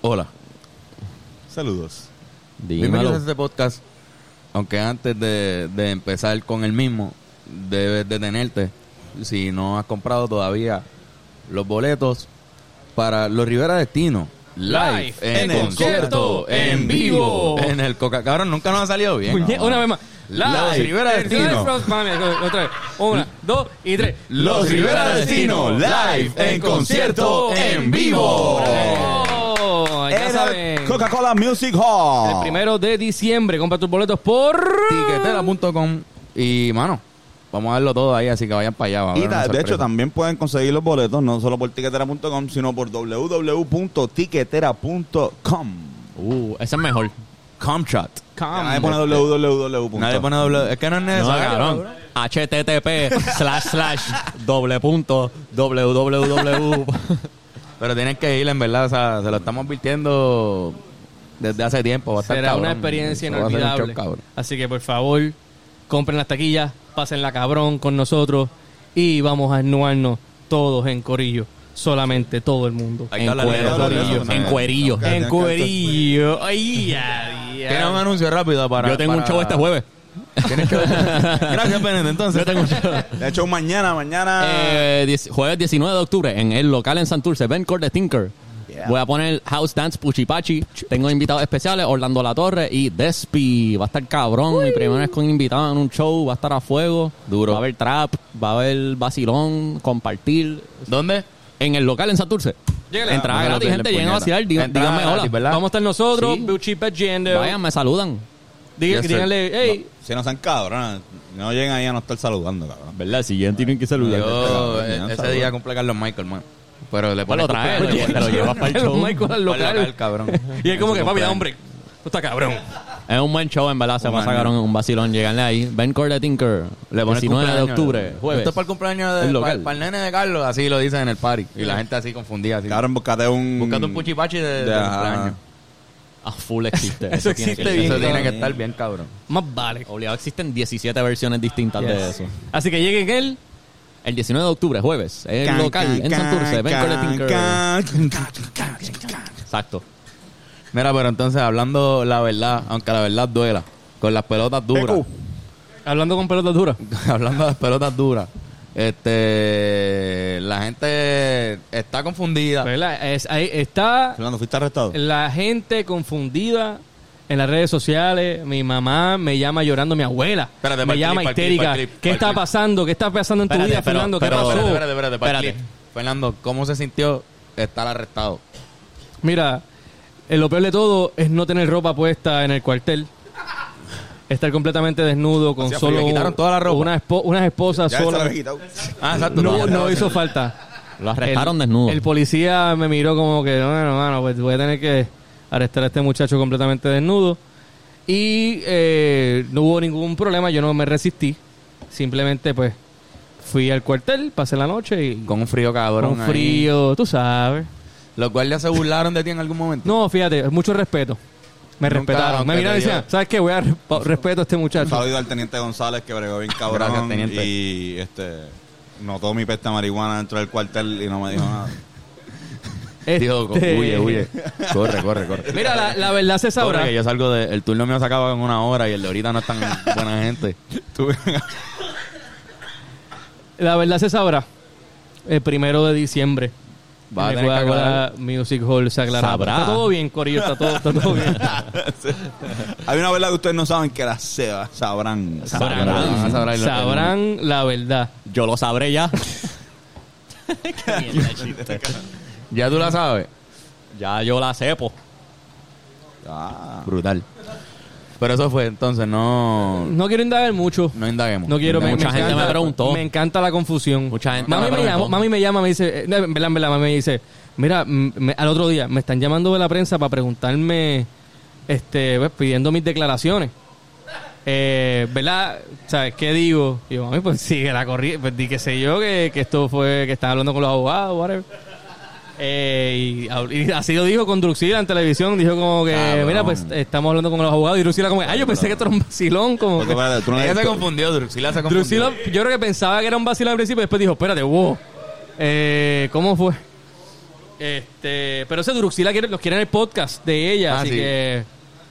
Hola, Saludos. bienvenidos a Dímelo. este podcast. Aunque antes de, de empezar con el mismo, debes detenerte si no has comprado todavía los boletos para los Rivera Destino. Live, en, en el concierto, concierto, en vivo, en el Coca. Cabrón, nunca nos ha salido bien. Puñe- Una vez más. Los Rivera El Destino. Rivera Frost, mami, otra vez. Una, dos y tres. Los Rivera Destino, live, en concierto, en vivo. ¡Bravo! Ya En saben. el Coca-Cola Music Hall. El primero de diciembre. Compra tus boletos por... Tiquetera.com y, mano, vamos a darlo todo ahí, así que vayan para allá. va a Y haber una ta- de sorpresa. hecho también pueden conseguir los boletos no solo por tiquetera.com, sino por www.tiquetera.com. Uh, ese es mejor. Comchat. Ah, Nadie pone www. Nadie pone doble. Es que no es No, necesario. cabrón. HTTP slash slash doble punto www. Pero tienen que ir, en verdad. O sea, se lo estamos advirtiendo desde hace tiempo. Va a estar Será cabrón. una experiencia Eso va a ser un show, inolvidable. cabrón. Así que por favor, compren las taquillas, pasen la cabrón con nosotros y vamos a ennuarnos todos en corillo. Solamente todo el mundo. Ahí está en la ley de cuero, autoridad. corillo, en cuerillo. Ok. en tienen que- corillo. Ay, ya, ya. Tiene un anuncio rápido para. Yo tengo un para- show este jueves. Tienes que- Gracias, Benedict. Entonces. Yo tengo un show. De hecho, mañana, mañana. Eh, dieci- jueves 19 de octubre en el local en Santurce, Bencore the Tinker. Voy a poner House Dance Puchipachi. Tengo invitados especiales, Orlando La Torre y Despi. Va a estar cabrón. Mi primera vez con invitado en un show. Va a estar a fuego. Duro. Va a haber trap, va a haber vacilón, compartir. ¿Dónde? en el local en Santurce. Llegale. Entrada Ah, gratis, del gente. Lleguen puñeta. a vacilar. Digan- Entrada díganme hola. gratis, ¿verdad? Vamos a estar nosotros, Sí. Buchi Pagendo. Vayan, me saludan. Dí- Yes, sir. díganle, hey, Si no sean cabronas, no llegan ahí a no estar saludando, cabrón. ¿Verdad? Si ya tienen que Yo, Bien, eh, ese saludos. día cumple Carlos Michael, man. Pero le Pues pones lo traes, cumpleaños, te pues, lo llevas para el los show. Michael al Por la local. cal, cabrón. Y es como Ese que, papi, da, cumpleaños. hombre, tú estás cabrón. Es un buen show, en verdad. Se Un año. pasaron un vacilón. Lleganle ahí. Ben Core the Tinker. Le pones 19 de cumpleaños, octubre, ¿no? jueves. Esto es para el cumpleaños de, El local. Para, el nene de Carlos, así lo dicen en el party. Y la gente así confundida. Así. Cabrón, búscate un. Buscando un puchipachi de, de, Ya. cumpleaños. A full existe. Eso tiene existe que bien, Eso tiene cabrón. que estar bien, cabrón. Más vale. Obligado, existen 17 versiones distintas de eso. Así que lleguen él. El 19 de octubre, jueves, el Can, local can, en can, Santurce, Ben Core the can, Tinker. can, can, can. Exacto. Mira, pero entonces, hablando la verdad, aunque la verdad duela, con las pelotas duras. Pecu. Hablando con pelotas duras. hablando de las pelotas duras. Este. La gente está confundida. ¿Verdad? Es- ahí está Fernando, ¿fuiste arrestado? la gente confundida en las redes sociales. Mi mamá me llama llorando, mi abuela Espérate, para me el llama clip, para el clip, histérica. para el clip, ¿Qué para el está clip. pasando? ¿Qué está pasando en tu Espérate, vida, pero- Fernando? ¿Qué pero- pasó? Espérate, espérate, espérate, para el Espérate. clip. Fernando, ¿cómo se sintió estar arrestado? Mira, eh, lo peor de todo es no tener ropa puesta en el cuartel. Estar completamente desnudo con Hacía frío, solo le quitaron toda la ropa. Una espo- unas esposas Ya se lo solas. había quitado. Ah, exacto. No, ya, no ya, hizo ya. falta. Lo arrestaron el, desnudo. El policía me miró como que, bueno, mano, pues voy a tener que arrestar a este muchacho completamente desnudo. Y eh, no hubo ningún problema, yo no me resistí. Simplemente, pues, fui al cuartel, pasé la noche y con, Con un frío, cabrón. ahí. frío, tú sabes. Los guardias se burlaron de ti en algún momento. No, fíjate, mucho respeto. Me Nunca, respetaron. aunque Me miraron y te decían, dio- ¿sabes qué? Voy a re- pa- respeto a este Un muchacho. saludo al teniente González que bregó bien cabrón. Gracias, teniente. Y este. Notó mi pesta marihuana dentro del cuartel y no me dijo nada. Este- Dijo, huye, huye. Corre, corre, corre. Mira, la, la verdad se Corre, sabrá. que yo salgo de. El turno mío se acaba en una hora y el de ahorita no es tan buena gente. Tuve- La verdad se sabrá. El primero de diciembre. Va a En el tener que Coca-Cola Music Hall se aclarará. Sabrá. Está todo bien, Corillo. Está todo, está todo bien. Hay una verdad que ustedes no saben que la seba sabrán. Sabrán. Sabrán. Sabrán, la verdad. Yo lo sabré ya. Ya tú la sabes. Ya yo la sepo. Ah. Brutal. Pero eso fue, entonces no. No quiero indagar mucho. No indaguemos. No quiero. Indaguemos. Mucha gente encanta- me preguntó. Me encanta la confusión. Mucha gente mami me preguntó. llama, mami me llama, me dice, eh, no, en verdad, en verdad, mami me dice, mira, mm, me- al otro día me están llamando de la prensa para preguntarme, este, pues, pidiendo mis declaraciones. Eh, ¿Verdad? ¿Sabes qué digo? Y yo, mami, pues sigue la corriente, pues di que sé yo, que, que esto fue, que están hablando con los abogados, whatever. Eh, y, hab- y así lo dijo con Druxila en televisión. Dijo como que, Cabrón. mira, pues estamos hablando con los abogados. Y Druxila, como que, ay, yo pensé que esto era un vacilón. Como Porque, que, espérate, tú no Ella se tú- confundió, Drusila se confundió. Drusilo, yo creo que pensaba que era un vacilón al principio, después dijo, espérate, wow. Eh, ¿Cómo fue? Este, pero ese Duruxila quiere- los quiere en el podcast de ella, Ah, así sí. que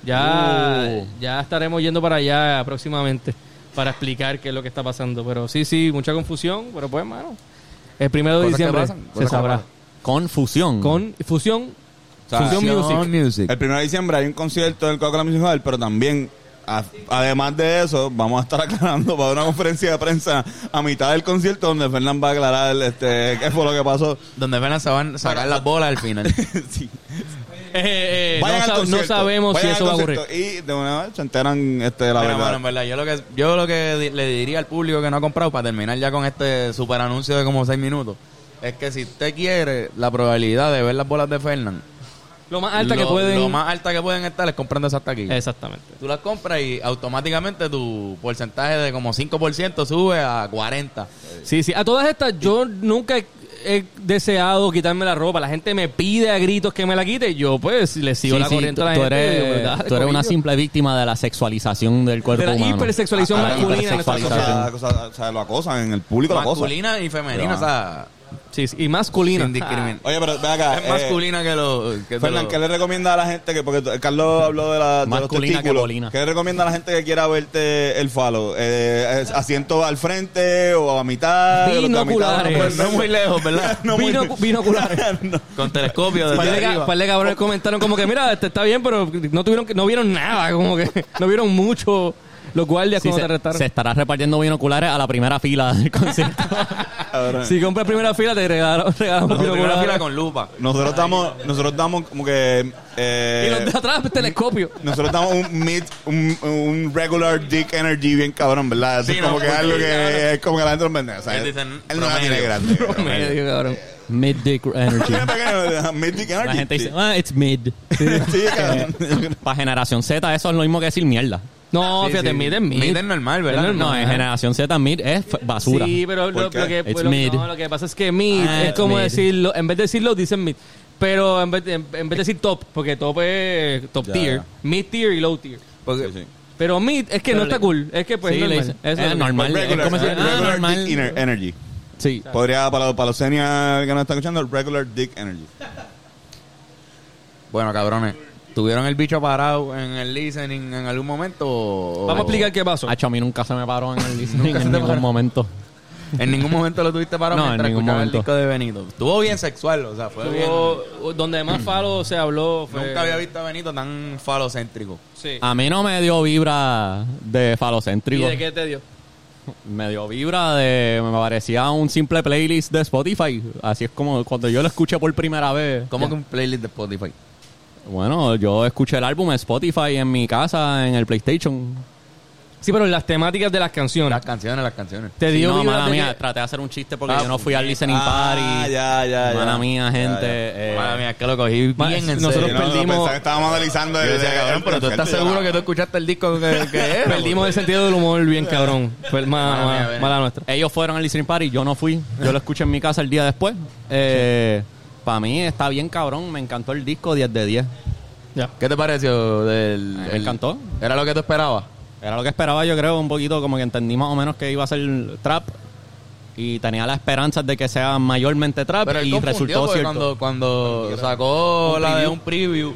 ya, Uh. ya estaremos yendo para allá próximamente para explicar qué es lo que está pasando. Pero sí, sí, mucha confusión, pero pues, mano, el primero de Cosas que diciembre pasan, cosas se que sabrá. pasan. Mm. Confusión. Con fusión, Ah. fusión music. Eh, El 1 de diciembre hay un concierto del Coca-Cola Music Hall, pero también, a- además de eso, vamos a estar aclarando para una conferencia de prensa a mitad del concierto donde Fernán va a aclarar este, qué fue lo que pasó. Donde van a sacar las bolas al final. Sí. Eh, eh, Vayan no, al sa- no concierto, sabemos si vayan eso al va a ocurrir. concierto Y de una vez se enteran este, de la Mira, mano, verdad. en verdad, yo lo que, yo lo que di- le diría al público que no ha comprado para terminar ya con este super anuncio de como 6 minutos es que si usted quiere la probabilidad de ver las bolas de Fernan Lo más alta lo, que pueden. lo más alta que pueden estar es comprando esas taquillas Exactamente. tú las compras y automáticamente tu porcentaje de como 5% sube a 40 Sí, sí. A todas estas, yo nunca he, he deseado quitarme la ropa. La gente me pide a gritos que me la quite. y Yo, pues, le Sí, sigo la sí, corriente tú, a la tú gente. eres, y digo, ¿verdad? tú eres una Corillo. simple víctima de la sexualización del cuerpo De la humano. hipersexualización Ah, masculina. Esas cosas- hipersexualización. cosas- o sea, lo acosan en el público, lo acosan. masculina y femenina Ya. o sea Sí, sí, y masculina. sin discriminar Oye, pero ve acá. es eh, masculina que lo que te Fernán, lo- ¿qué le recomienda a la gente que porque t- Carlos habló de, la, de los Masculina que testículos? bolina. ¿Qué le recomienda a la gente que quiera verte el falo? Eh, es- asiento al frente o a mitad, Los de a mitad, Binoculares. pues, Pues no muy lejos verdad Ah, Bino- binoculares. con telescopio Un desde par de arriba. ca- par de cabrones comentaron como que, mira, este está bien, pero no tuvieron que- no vieron nada, como que no vieron mucho los guardias Sí, cuando te se, arrestaron. se estará repartiendo binoculares a la primera fila del concierto. cabrón. si compras primera fila, te regalan- regalamos Con primera binoculares. fila con lupa Nosotros estamos, nosotros damos como que eh, Y los de atrás, telescopio. nosotros damos un mid, un, un regular dick energy bien cabrón, ¿verdad? Eso Sí, es como no, que es algo porque, que claro. es como que la gente no vende. O sea, Ellos él, dicen él no la tiene promedio. grande. Medio, cabrón. mid dick energy. Mira, pequeño, mid dick energy. La gente dice, ah, it's mid. Sí, cabrón. Para generación Z eso es lo mismo que decir mierda. No, Sí, fíjate, sí. mid es mid. Mid es normal, ¿verdad? Es No, normal. en generación Z mid es f- basura. Sí, pero lo, ¿Por qué? lo que, pues, It's lo, mid. no, lo que pasa es que mid Ah, es como mid. decirlo, en vez de decirlo dicen mid, pero en vez, de- en vez de decir top, porque top es top Ya, tier, ya. mid tier y low tier. eh, porque Sí, sí. Pero mid es que no Pero está le- cool, es que pues Sí, le normal. dicen- Eso es lo que- normal. Pues regular, Es como si- regular, ah, regular normal. dick ener- energy. Sí. Podría, para, para los seniors que nos están escuchando, regular dick energy. Bueno, cabrones, ¿tuvieron el bicho parado en el listening en algún momento? o- Vamos a explicar qué pasó. Hacho, a mí nunca se me paró en el listening Nunca se en te ningún paró. momento. En ningún momento lo tuviste parado No, en mientras ningún escuchabas el momento. disco de Benito. Estuvo bien sexual, o sea, fue bien. Hubo- donde más falo se habló fue Nunca había visto a Benito tan falocéntrico. Sí. A mí no me dio vibra de ¿Y falocéntrico. de qué te dio? Me dio vibra de... Me parecía un simple playlist de Spotify. Así es como cuando yo lo escuché por primera vez. ¿Cómo que un playlist de Spotify? Bueno, yo escuché el álbum en Spotify en mi casa, en el PlayStation. Sí, pero las temáticas de las canciones. Las canciones, las canciones. Te Sí, dio no, vibras mala de mía, que- traté de hacer un chiste porque Ah, yo no fui al listening Ah, party. ya, ya, ya. mala mía, Ya, ya. gente. eh, Madre mía, es que lo cogí bien Ma- en nosotros Sí, serio. no, no, perdimos- pensaba que estábamos analizando Yo el- decía, el- cabrón, el pero tú concierto, estás ya. seguro que tú escuchaste el disco que, que era. Perdimos el sentido del humor bien cabrón. Fue mala, Mala mía, mala, ven. mala nuestra. Ellos fueron al listening party, yo no fui. Yo lo escuché en mi casa el día después. Para mí está bien cabrón, me encantó el disco 10 de 10. ¿Qué te pareció del. Me el- encantó. ¿Era lo que tú esperabas? Era lo que esperaba, yo creo, un poquito como que entendí más o menos que iba a ser trap. Y tenía la esperanza de que sea mayormente trap Pero él y confundió, resultó porque cierto. cuando, cuando sacó Un la de preview. un preview,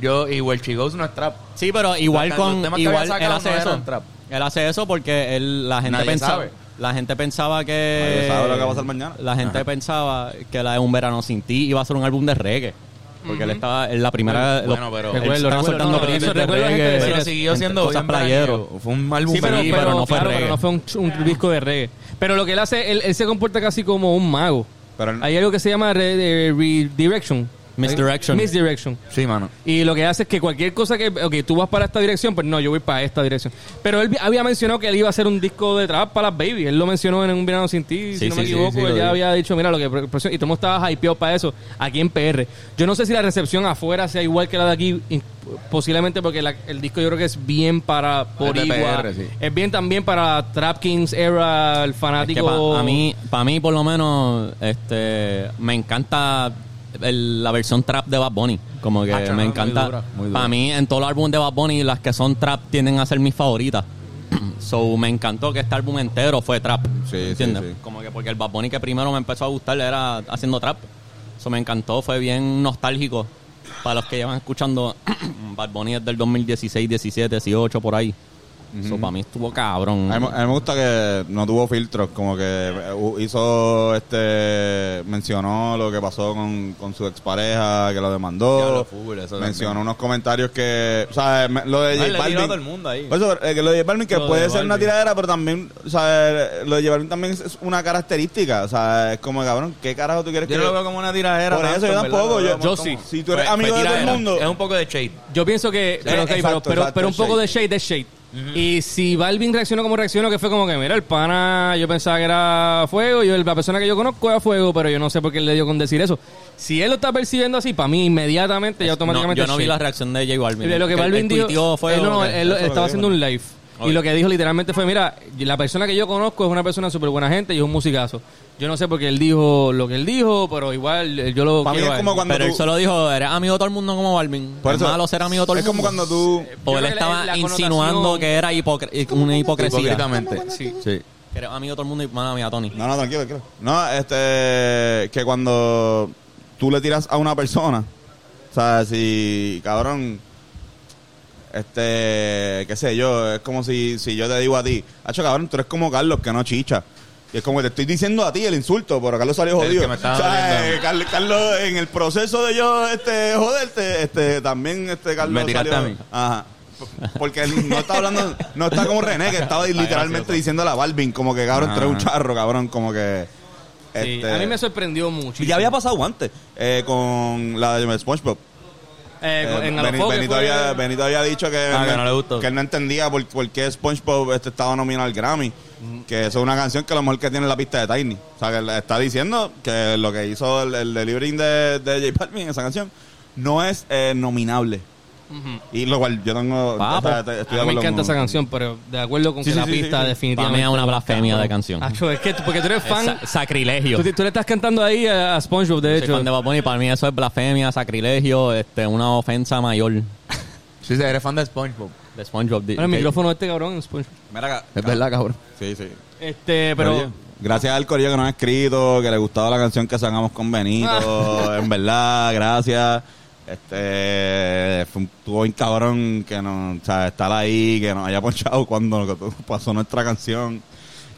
yo y Welchy Goes no es trap. Sí, pero igual Los con temas que igual había sacado él hace no eso. eran trap. Él hace eso porque él, la gente Nadie pensaba sabe. la gente pensaba que Nadie sabe lo que va a pasar mañana. La gente pensaba que la de Un verano sin ti iba a ser un álbum de reggae. Porque él estaba en la primera Bueno, bueno, pero- él Recuerdo, estaba recuerdo, soltando no, clips eso de recuerdo, gente, reggae. Sí, Pero es- siguió siendo cosas bien playero. veraniego. Fue un álbum Sí, pero, feliz, pero- no fue claro, reggae. pero no fue un, un disco de reggae. Pero lo que él hace, él, él se comporta casi como un mago. Pero él- Hay algo que se llama re- de- redirection. Misdirection. Misdirection. Sí, mano. Y lo que hace es que cualquier cosa que, ok, tú vas para esta dirección, pues no, yo voy para esta dirección. Pero él había mencionado que él iba a hacer un disco de trap para las baby. Él lo mencionó en un verano sin ti, si Sí, no me sí, sí, equivoco. sí, lo él ya digo. había dicho, mira, lo que pro- pro- y tú no estabas hypeado para eso aquí en PR. Yo no sé si la recepción afuera sea igual que la de aquí, y posiblemente porque la- el disco yo creo que es bien para Boricua. PR, sí. Es bien también para Trap Kings era, el Que fanático. pa- a mí, para mí por lo menos, este, me encanta el- la versión trap de Bad Bunny. Como que Ah, claro, me muy encanta. dura, muy dura. Para mí, en todo el álbum de Bad Bunny, las que son trap tienden a ser mis favoritas. So, me encantó que este álbum entero fue trap. Sí, sí, ¿Entiendes? sí. Como que porque el Bad Bunny que primero me empezó a gustar era haciendo trap. Eso me encantó, fue bien nostálgico para los que llevan escuchando Bad Bunny desde el 2016, 17, 18, por ahí. Eso para mí estuvo cabrón. A mí, a mí me gusta que no tuvo filtros, como que eh, hu- hizo este. Mencionó lo que pasó con, con su expareja, que lo Diablo, demandó. full, eso mencionó unos comentarios que. O sea, me- lo también. de Ah, J le tiró a Balvin. todo el mundo ahí. Por eso, eh, que lo de J Balvin, que Lo de puede ser una Balvin. tiradera, pero también, o sea, eh, lo de J Balvin también es- es una característica. O sea, es como, cabrón, ¿qué carajo tú quieres yo que no lo veo como una tiradera. Por eso tanto, yo en verdad, tampoco. lo veo Yo, como- yo sí. Si tú eres Fue- amigo fue de todo el tiradera. mundo. Es un poco de shade. Yo pienso que. Pero, ok, pero- exacto, pero, exacto, pero un shade. poco de shade es shade. Y si Balvin reaccionó como reaccionó, que fue como que, mira, el pana, yo pensaba que era fuego, yo, la persona que yo conozco era fuego, pero yo no sé por qué él le dio con decir eso. Si él lo está percibiendo así, para mí inmediatamente y automáticamente. No, yo no es vi shade. la reacción de J Balvin. De lo que Él- Balvin él dijo, tuiteó, fue él, no, lo que- él eso fue lo estaba que haciendo dijo. un live Ok. y lo que dijo literalmente fue, mira, la persona que yo conozco es una persona súper buena gente y es un musicazo. Yo no sé por qué él dijo lo que él dijo, pero igual eh, yo lo Para mí quiero es a él. como cuando Pero él tú- solo dijo, eres amigo de todo el mundo como Balvin. Por es eso- malo ser amigo de todo el Es como mundo. cuando tú. O Yo él creo que la- estaba la insinuando connotación- que era hipocre- una hipocresía. Hipócritamente. Sí. sí. Que eres amigo de todo el mundo y mala mía, Tony. No, no, tranquilo, tranquilo. No, este. Que cuando tú le tiras a una persona, o sea, si, cabrón. Este. Qué sé yo, es como si, si yo te digo a ti, Hacho, cabrón, tú eres como Carlos, que no chicha. Y es como que te estoy diciendo a ti el insulto, pero Carlos salió El jodido. que me estaba O sea, doliendo. eh, Carlos, Carlos, en el proceso de yo este, joderte, este, también este, Carlos Me tiraste salió- a mí. Ajá. P- Porque él no está hablando, no está como René, que estaba Ah, literalmente gracioso. diciendo a la Balvin, como que cabrón, tú eres Ah. un charro, cabrón, como que. Sí, este, A mí me sorprendió mucho. Ya había pasado antes eh, con la de SpongeBob. Eh, Eh, en Beni- Alofoque Benito, fue- había, Benito había dicho que, Ah, que no le gustó. que él no entendía por, por qué SpongeBob este estaba nominado al Grammy. Que eso es una canción que a lo mejor que tiene en la pista de Tiny. O sea, que le está diciendo que lo que hizo el, el delivering de, de J Balvin en esa canción no es eh, nominable. Y lo cual yo tengo. Papo. o sea, te- estoy de A mí me acuerdo encanta con- esa canción, pero de acuerdo con Sí, que sí, la sí, pista sí, sí. definitivamente... Para mí es una blasfemia de canción. Acho, es que tú- porque tú eres Ah, fan... Sa- sacrilegio. Tú, tú le estás cantando ahí a, a SpongeBob, de Soy hecho. fan de Bad Bunny, para mí eso es blasfemia, sacrilegio, este, una ofensa mayor de Sí, sí, eres fan de SpongeBob. SpongeBob. Di- Bueno, el que- micrófono de este cabrón en SpongeBob. Mira acá. Es verdad, cabrón. Sí, sí. Este, Oye, pero... Gracias al corillo que nos ha escrito, que le gustaba la canción que sacamos con Benito. Ah. en verdad, gracias. Este fue un, tuvo un cabrón que nos, o sea, estar ahí, que nos haya ponchado cuando pasó nuestra canción.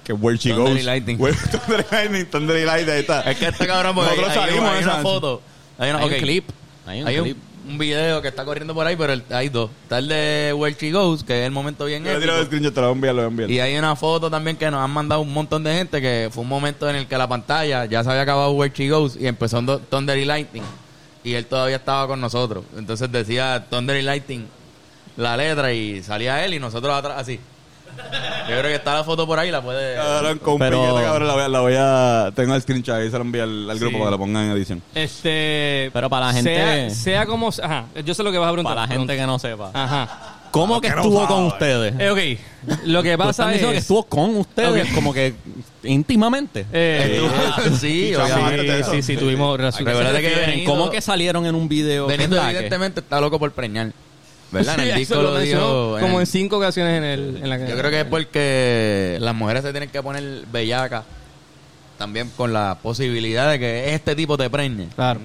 Que es Where She Thunder Goes. y Lightning. Where- Thunder y Lightning, Thunder y Lightning, ahí está. Es que este cabrón, porque Nosotros hay, hay salimos una- hay de una esa- foto. Hay, una, Hay un ok. clip. Hay un Hay clip. un, un video que está corriendo por ahí, pero el- hay dos. Está el de Where She Goes, que es el momento bien Yo le tiro épico. el screenshot, te lo voy a enviar, lo voy a enviar. Y hay una foto también que nos han mandado un montón de gente que fue un momento en el que la pantalla ya se había acabado Where She Goes y empezó Ndo- Thunder y Lightning. Y él todavía estaba con nosotros. Entonces decía Thunder y Lightning la letra y salía él y nosotros atrás así. Yo creo que está la foto por ahí, la puede... Cabrón, con un Pero- piquete, cabrón, la voy, a- la voy a. Tengo el screenshot ahí, se lo envío al, al grupo Sí. para que lo pongan en edición. Este... Pero para la gente- Sea, sea como... Ajá, yo sé lo que vas a preguntar. Para la gente que no sepa. Ajá. ¿Cómo que que no estuvo sabe. con ustedes? Ah, Eh, ok, lo que Tú estás pasa es... diciendo que estuvo con ustedes Ok. como que íntimamente. eh, sí, Chamo, obviamente. antes de eso. sí, sí, tuvimos relaciones. Recuerda que Refieren, Benito- ¿Cómo que salieron en un video? ¿Qué es Benito la que? evidentemente está loco por preñar. ¿Verdad? Sí, en el eso disco lo lo, mencionó dijo. en como el- en cinco ocasiones en, el, en la Yo creo que es porque las mujeres se tienen que poner bellacas también con la posibilidad de que este tipo te preñe. Claro.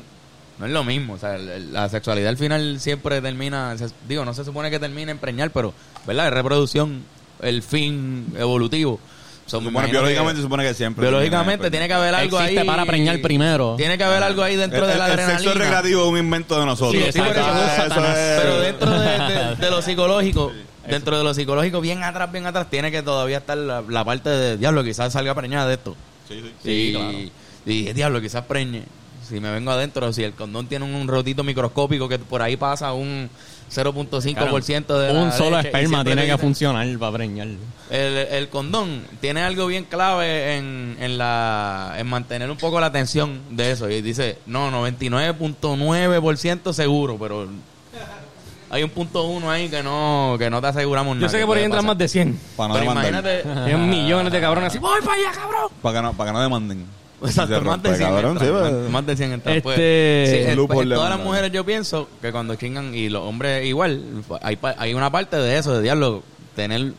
No es lo mismo, o sea, el- el- la sexualidad al final siempre termina, se- digo, no se supone que termine en preñar, pero, ¿verdad? Es reproducción, el fin evolutivo. So, me Bueno, imagino biológicamente se que- supone que pues. siempre. biológicamente tiene que haber algo Existe ahí. para preñar primero. Tiene que haber algo ahí dentro el, de el- la el adrenalina. sexo recreativo es un invento de nosotros. Sí, sí, por eso, Ah, eso es Satanás. es- Pero dentro de, de- de lo psicológico, dentro de lo psicológico, bien atrás, bien atrás, tiene que todavía estar la, la parte de diablo, quizás salga preñada de esto. Sí, sí. y, y, diablo, quizás preñe. Si me vengo adentro, si el condón tiene un rotito microscópico que por ahí pasa un 0.5% de la un solo leche, y esperma siempre Eh, tiene te que dicen, funcionar para preñar. el, el condón tiene algo bien clave en, en la en mantener un poco la atención de eso. Y dice, no, 99.9% seguro, pero hay un punto uno ahí que no, que no te aseguramos nada. Yo sé que por ahí puede entran más pasar. de 100. Para no Pero demandar. imagínate, Tienen millones de cabrones así. ¡Voy para allá, cabrón! Para que no, para que no demanden. Exacto, Se más rompe, de 100 cabrón, entran, sí, más- pues. más de 100 entran, pues. Este, Sí, el- loophole en de todas una- las mujeres yo pienso que cuando chingan y los hombres igual, hay, pa- hay una parte de eso, de diablo, tener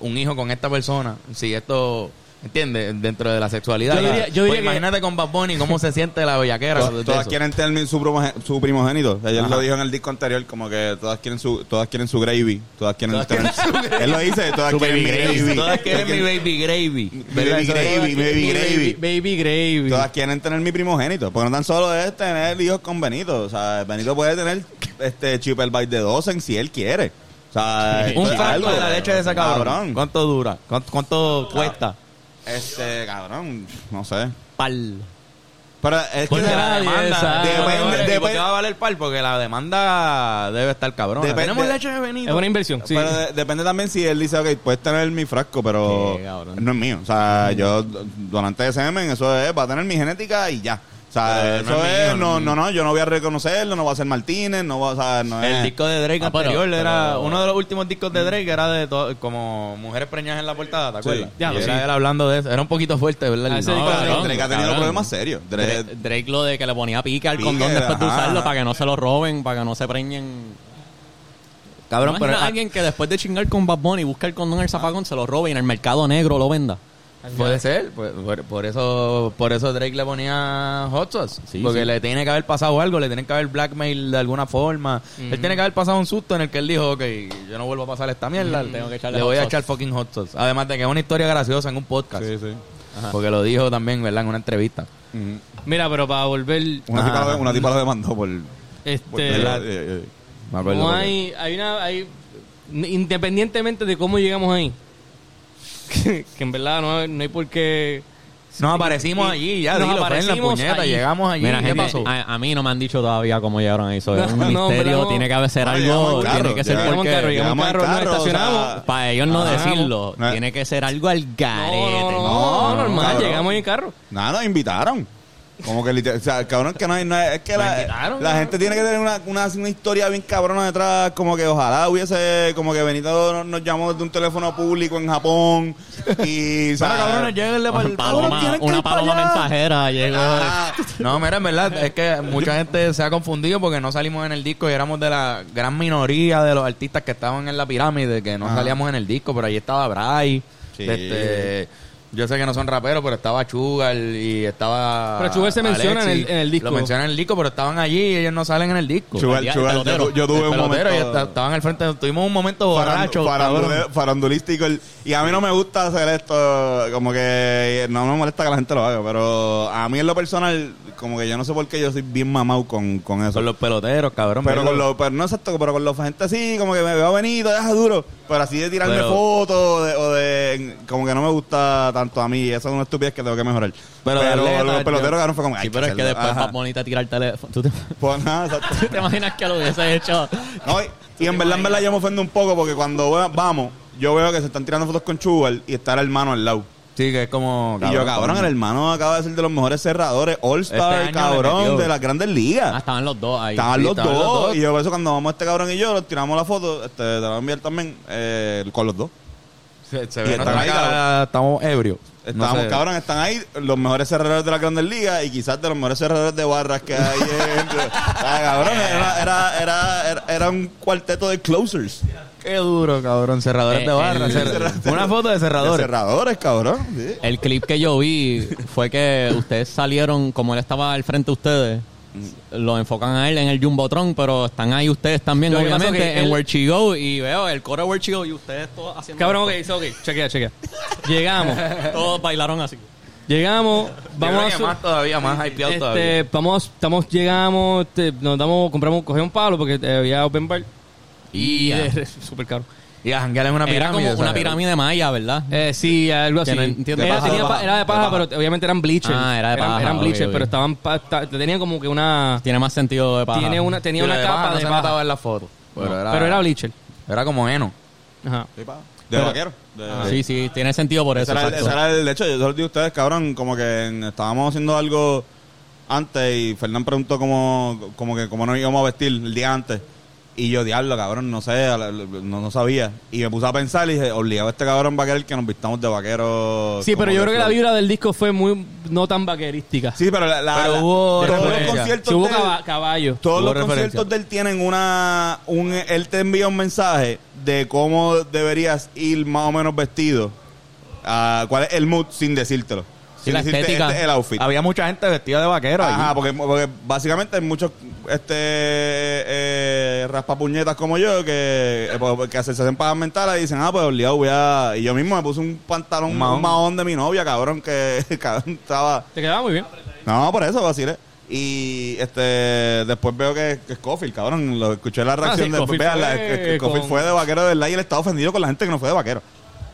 un hijo con esta persona, si esto ¿Entiendes? Dentro de la sexualidad. Yo Ya. diría- yo diría Pues que- imagínate con Bad Bunny cómo se siente la bellaquera. To- de todas eso. quieren tener su, promo- su primogénito. Ayer Ajá. lo dijo en el disco anterior, como que todas quieren su, todas quieren su gravy. Todas quieren tener- Él lo dice, todas Su quieren mi baby gravy. gravy. Todas quieren mi baby gravy. ¿Verdad? baby Eso es- gravy, mi baby gravy. Baby gravy. Todas quieren tener mi primogénito. Porque no tan solo es tener hijos con Benito. O sea, Benito puede tener este Chipper Bite de 12 si él quiere. O sea, Un esto es frasco algo, de la leche de ese cabrón. cabrón. ¿Cuánto dura? ¿Cuánto, cuánto cuesta? Este, cabrón, no sé. Pal. Pues Pero es que Porque la nadie demanda. sabe. Depende, Depende- ¿Y por qué depende- va a valer pal? Porque la demanda debe estar cabrón. Depende- Tenemos leche de Benito. Es una inversión. Sí. Pero de- depende también si él dice, ok, puedes tener mi frasco, pero Sí, cabrón. Mm. no es mío. O sea, yo do- donante de semen, eso es, va a tener mi genética y ya. O sea, Pero eso no es es, mío, no no, es no, no, yo no voy a reconocerlo, no va a ser Martínez, no va a, o sea, no El es- disco de Drake Ah, pero- anterior era pero- uno de los últimos discos de Drake era de to- como mujeres preñadas en la portada, ¿te Sí. acuerdas? Ya, Y sí. era él hablando de eso, era un poquito fuerte, ¿verdad? Ah, El- ese No, disco- Drake- cabrón, Drake ha tenido cabrón. problemas serios. Drake- Drake, Eh, Drake lo de que le ponía pica al Pique, condón después de ajá. usarlo para que no se lo roben, para que no se preñen. cabrón, Imagina pero ah. alguien que después de chingar con Bad Bunny busca el condón en el zapagón, se lo robe y en el mercado negro lo venda. puede ser, pues, por, por eso por eso Drake le ponía hot sauce, Sí, porque sí. le tiene que haber pasado algo, le tiene que haber blackmail de alguna forma. Él tiene que haber pasado un susto en el que él dijo, ok, yo no vuelvo a pasar esta mierda, Tengo que echarle le hot voy a sauce". echar fucking hot sauce. Además de que es una historia graciosa en un podcast, porque lo dijo también, ¿verdad? En una entrevista. Ujú. Mira, pero para volver. Una, tipa lo, una tipa lo demandó por... por- Este, ¿verdad? Eh, eh, Me acuerdo. no porque- hay, hay una. Hay, independientemente de cómo llegamos ahí, que, que en verdad no, hay- no hay por qué. Nos aparecimos allí, ya, Nos dilo, fue en la aparecimos puñeta, allí. llegamos allí. Mira, ¿Qué gente, pasó? A, a mí no me han dicho todavía cómo llegaron ahí. Eso es un No, no, misterio. pero no. tiene que haber ser No, algo. llegamos en Tiene carro, que ser llegamos en Llegamos en porque. carro, llegamos en Llegamos en carro, nos carro, o sea, estacionamos. Para ellos no Ah, Ajá. decirlo. No. Tiene que ser algo al garete. no, no, no, no, normal, cabrón. llegamos en carro. Nada, nos invitaron. Como que literal, o sea, cabrón, que no hay, no hay- es que Nos la, invitaron, la ¿no? gente tiene que tener una, una, una historia bien cabrona detrás, como que ojalá hubiese, como que Benito nos, nos llamó de un teléfono público en Japón y, o sea, lléguenle pa'l- Paloma- tienen que una ir para paloma allá. mensajera llegó. ah, No, mira, en verdad, es que mucha gente se ha confundido porque no salimos en el disco y éramos de la gran minoría de los artistas que estaban en la pirámide, que no Ajá. salíamos en el disco, pero ahí estaba Bray. Sí. Este, yo sé que no son raperos, pero estaba Chugal y estaba. Pero Sugar se menciona en el- en el disco. Lo mencionan en el disco, pero estaban allí y ellos no salen en el disco. Chugal, el Chugal, yo, pelotero. tu- yo El tuve un pelotero, momento ellos esta- estaban al frente, tuvimos un momento borracho. farandu- cabrón. farandule- farandulístico el- y a mí no me gusta hacer esto, como que no me molesta que la gente lo haga, pero a mí en lo personal, como que yo no sé por qué yo soy bien mamau con, con eso. Son los peloteros, cabrón. Pero ¿verdad? con los, pero no exacto, pero con los gente así, como que me veo venido, deja duro. Pero así de tirarme Pero- fotos o de, o de- Como que no me gusta tanto a mí. Eso es una estupidez que tengo que mejorar. Pero, de atleta, los peloteros yo- ganaron fue ah, como. "Ay, Sí, pero es que hacerlo". después Ajá. Bad Bunny te tira el teléfono. ¿Tú te, tú Pues nada, exacto. te imaginas que lo hubiese hecho? No, y- y en verdad, en verdad, yo me ofendo un poco porque cuando va- vamos, yo veo que se están tirando fotos con Chugal y está el hermano al lado. Sí, que es como. y yo, cabrón, el hermano acaba de ser de los mejores cerradores, All-Star, Este año le metió. cabrón, de las grandes ligas. Ah, estaban los dos ahí. Estaban Sí, los, estaban dos, los dos. Y yo por eso cuando vamos este cabrón y yo, los tiramos la foto, este, te la voy a enviar también eh, con los dos. Se, se Y ve están nuestra ahí, cara, estamos ebrios. No Estábamos, sé. cabrón, están ahí los mejores cerradores de la Grandes Ligas y quizás de los mejores cerradores de barras que hay. en- Ah, cabrón, era, era, era, era, era un cuarteto de closers. Qué duro, cabrón. Cerradores Eh, de barra. el- cer- Una foto de De cerradores. cerradores, cabrón. sí. El clip que yo vi fue que ustedes salieron, como él estaba al frente de ustedes, Mm. lo enfocan a él en el Jumbotron, pero están ahí ustedes también, Lo que pasó obviamente, que en él- Where She Go, y veo el coro de Where She Go y ustedes todos haciendo... Cabrón, ok, so, ok, chequea, chequea. Llegamos, Todos bailaron así. llegamos, vamos a. su- más todavía, más hypeado todavía. Este, vamos, estamos, llegamos, este, nos damos, compramos, cogemos un palo porque eh, había open bar y Ya. eh, súper caro. Y a janguear en una pirámide. Era como una eh. ¿sabes? pirámide maya, ¿verdad? Eh, sí, algo así. Que no entiendo. era, De paja, tenía pa- de paja. era de paja, De paja. pero obviamente eran bleachers. Ah, era de Eran, paja, eran ok, bleachers, ok. pero estaban, pa- ta- tenían como que una, Tiene más sentido de paja. tiene una, tenía Y una la de capa paja no de se paja. notaba en la foto. Pero, No, era, pero era bleacher. era como heno. Ajá. Sí, pa. De vaquero. de- Sí, sí, tiene sentido por eso. Ese era, el, exacto. ese era el- de hecho, yo se lo digo a ustedes, cabrón, como que en- estábamos haciendo algo antes y Fernán preguntó cómo, como que cómo nos íbamos a vestir el día antes. Y yo, diablo, cabrón, no sé, a la- no, no sabía. Y me puse a pensar y dije, obligado a este cabrón vaquero que nos vistamos de vaquero. Sí, Pues como pero yo creo que la flor. vibra del disco fue muy no tan vaquerística. Sí, pero la, la- Pero la- hubo todos los referencia. conciertos Sí, hubo del- caba- caballo. todos Hubo los conciertos referencia. de él tienen una un él te envía un mensaje de cómo deberías ir más o menos vestido ah, cuál es el mood sin decírtelo. Sin la decirte estética. este es el outfit. Había mucha gente vestida de vaquero Ajá, pues, allí. porque, porque básicamente hay muchos este eh, raspapuñetas como yo que, eh, que se hacen pajas mentales y dicen, ah, pues obligado voy a. Y yo mismo me puse un pantalón, un mahón. mahón, de mi novia, cabrón, que cabrón, estaba. Te quedaba muy bien. No, por eso, vacilé. Y este después veo que, que es Cofield, cabrón. Lo escuché la reacción Ah, sí, de Cofield vean, la- fue que- que Cofield con- fue de vaquero de verdad y él estaba ofendido con la gente que no fue de vaquero.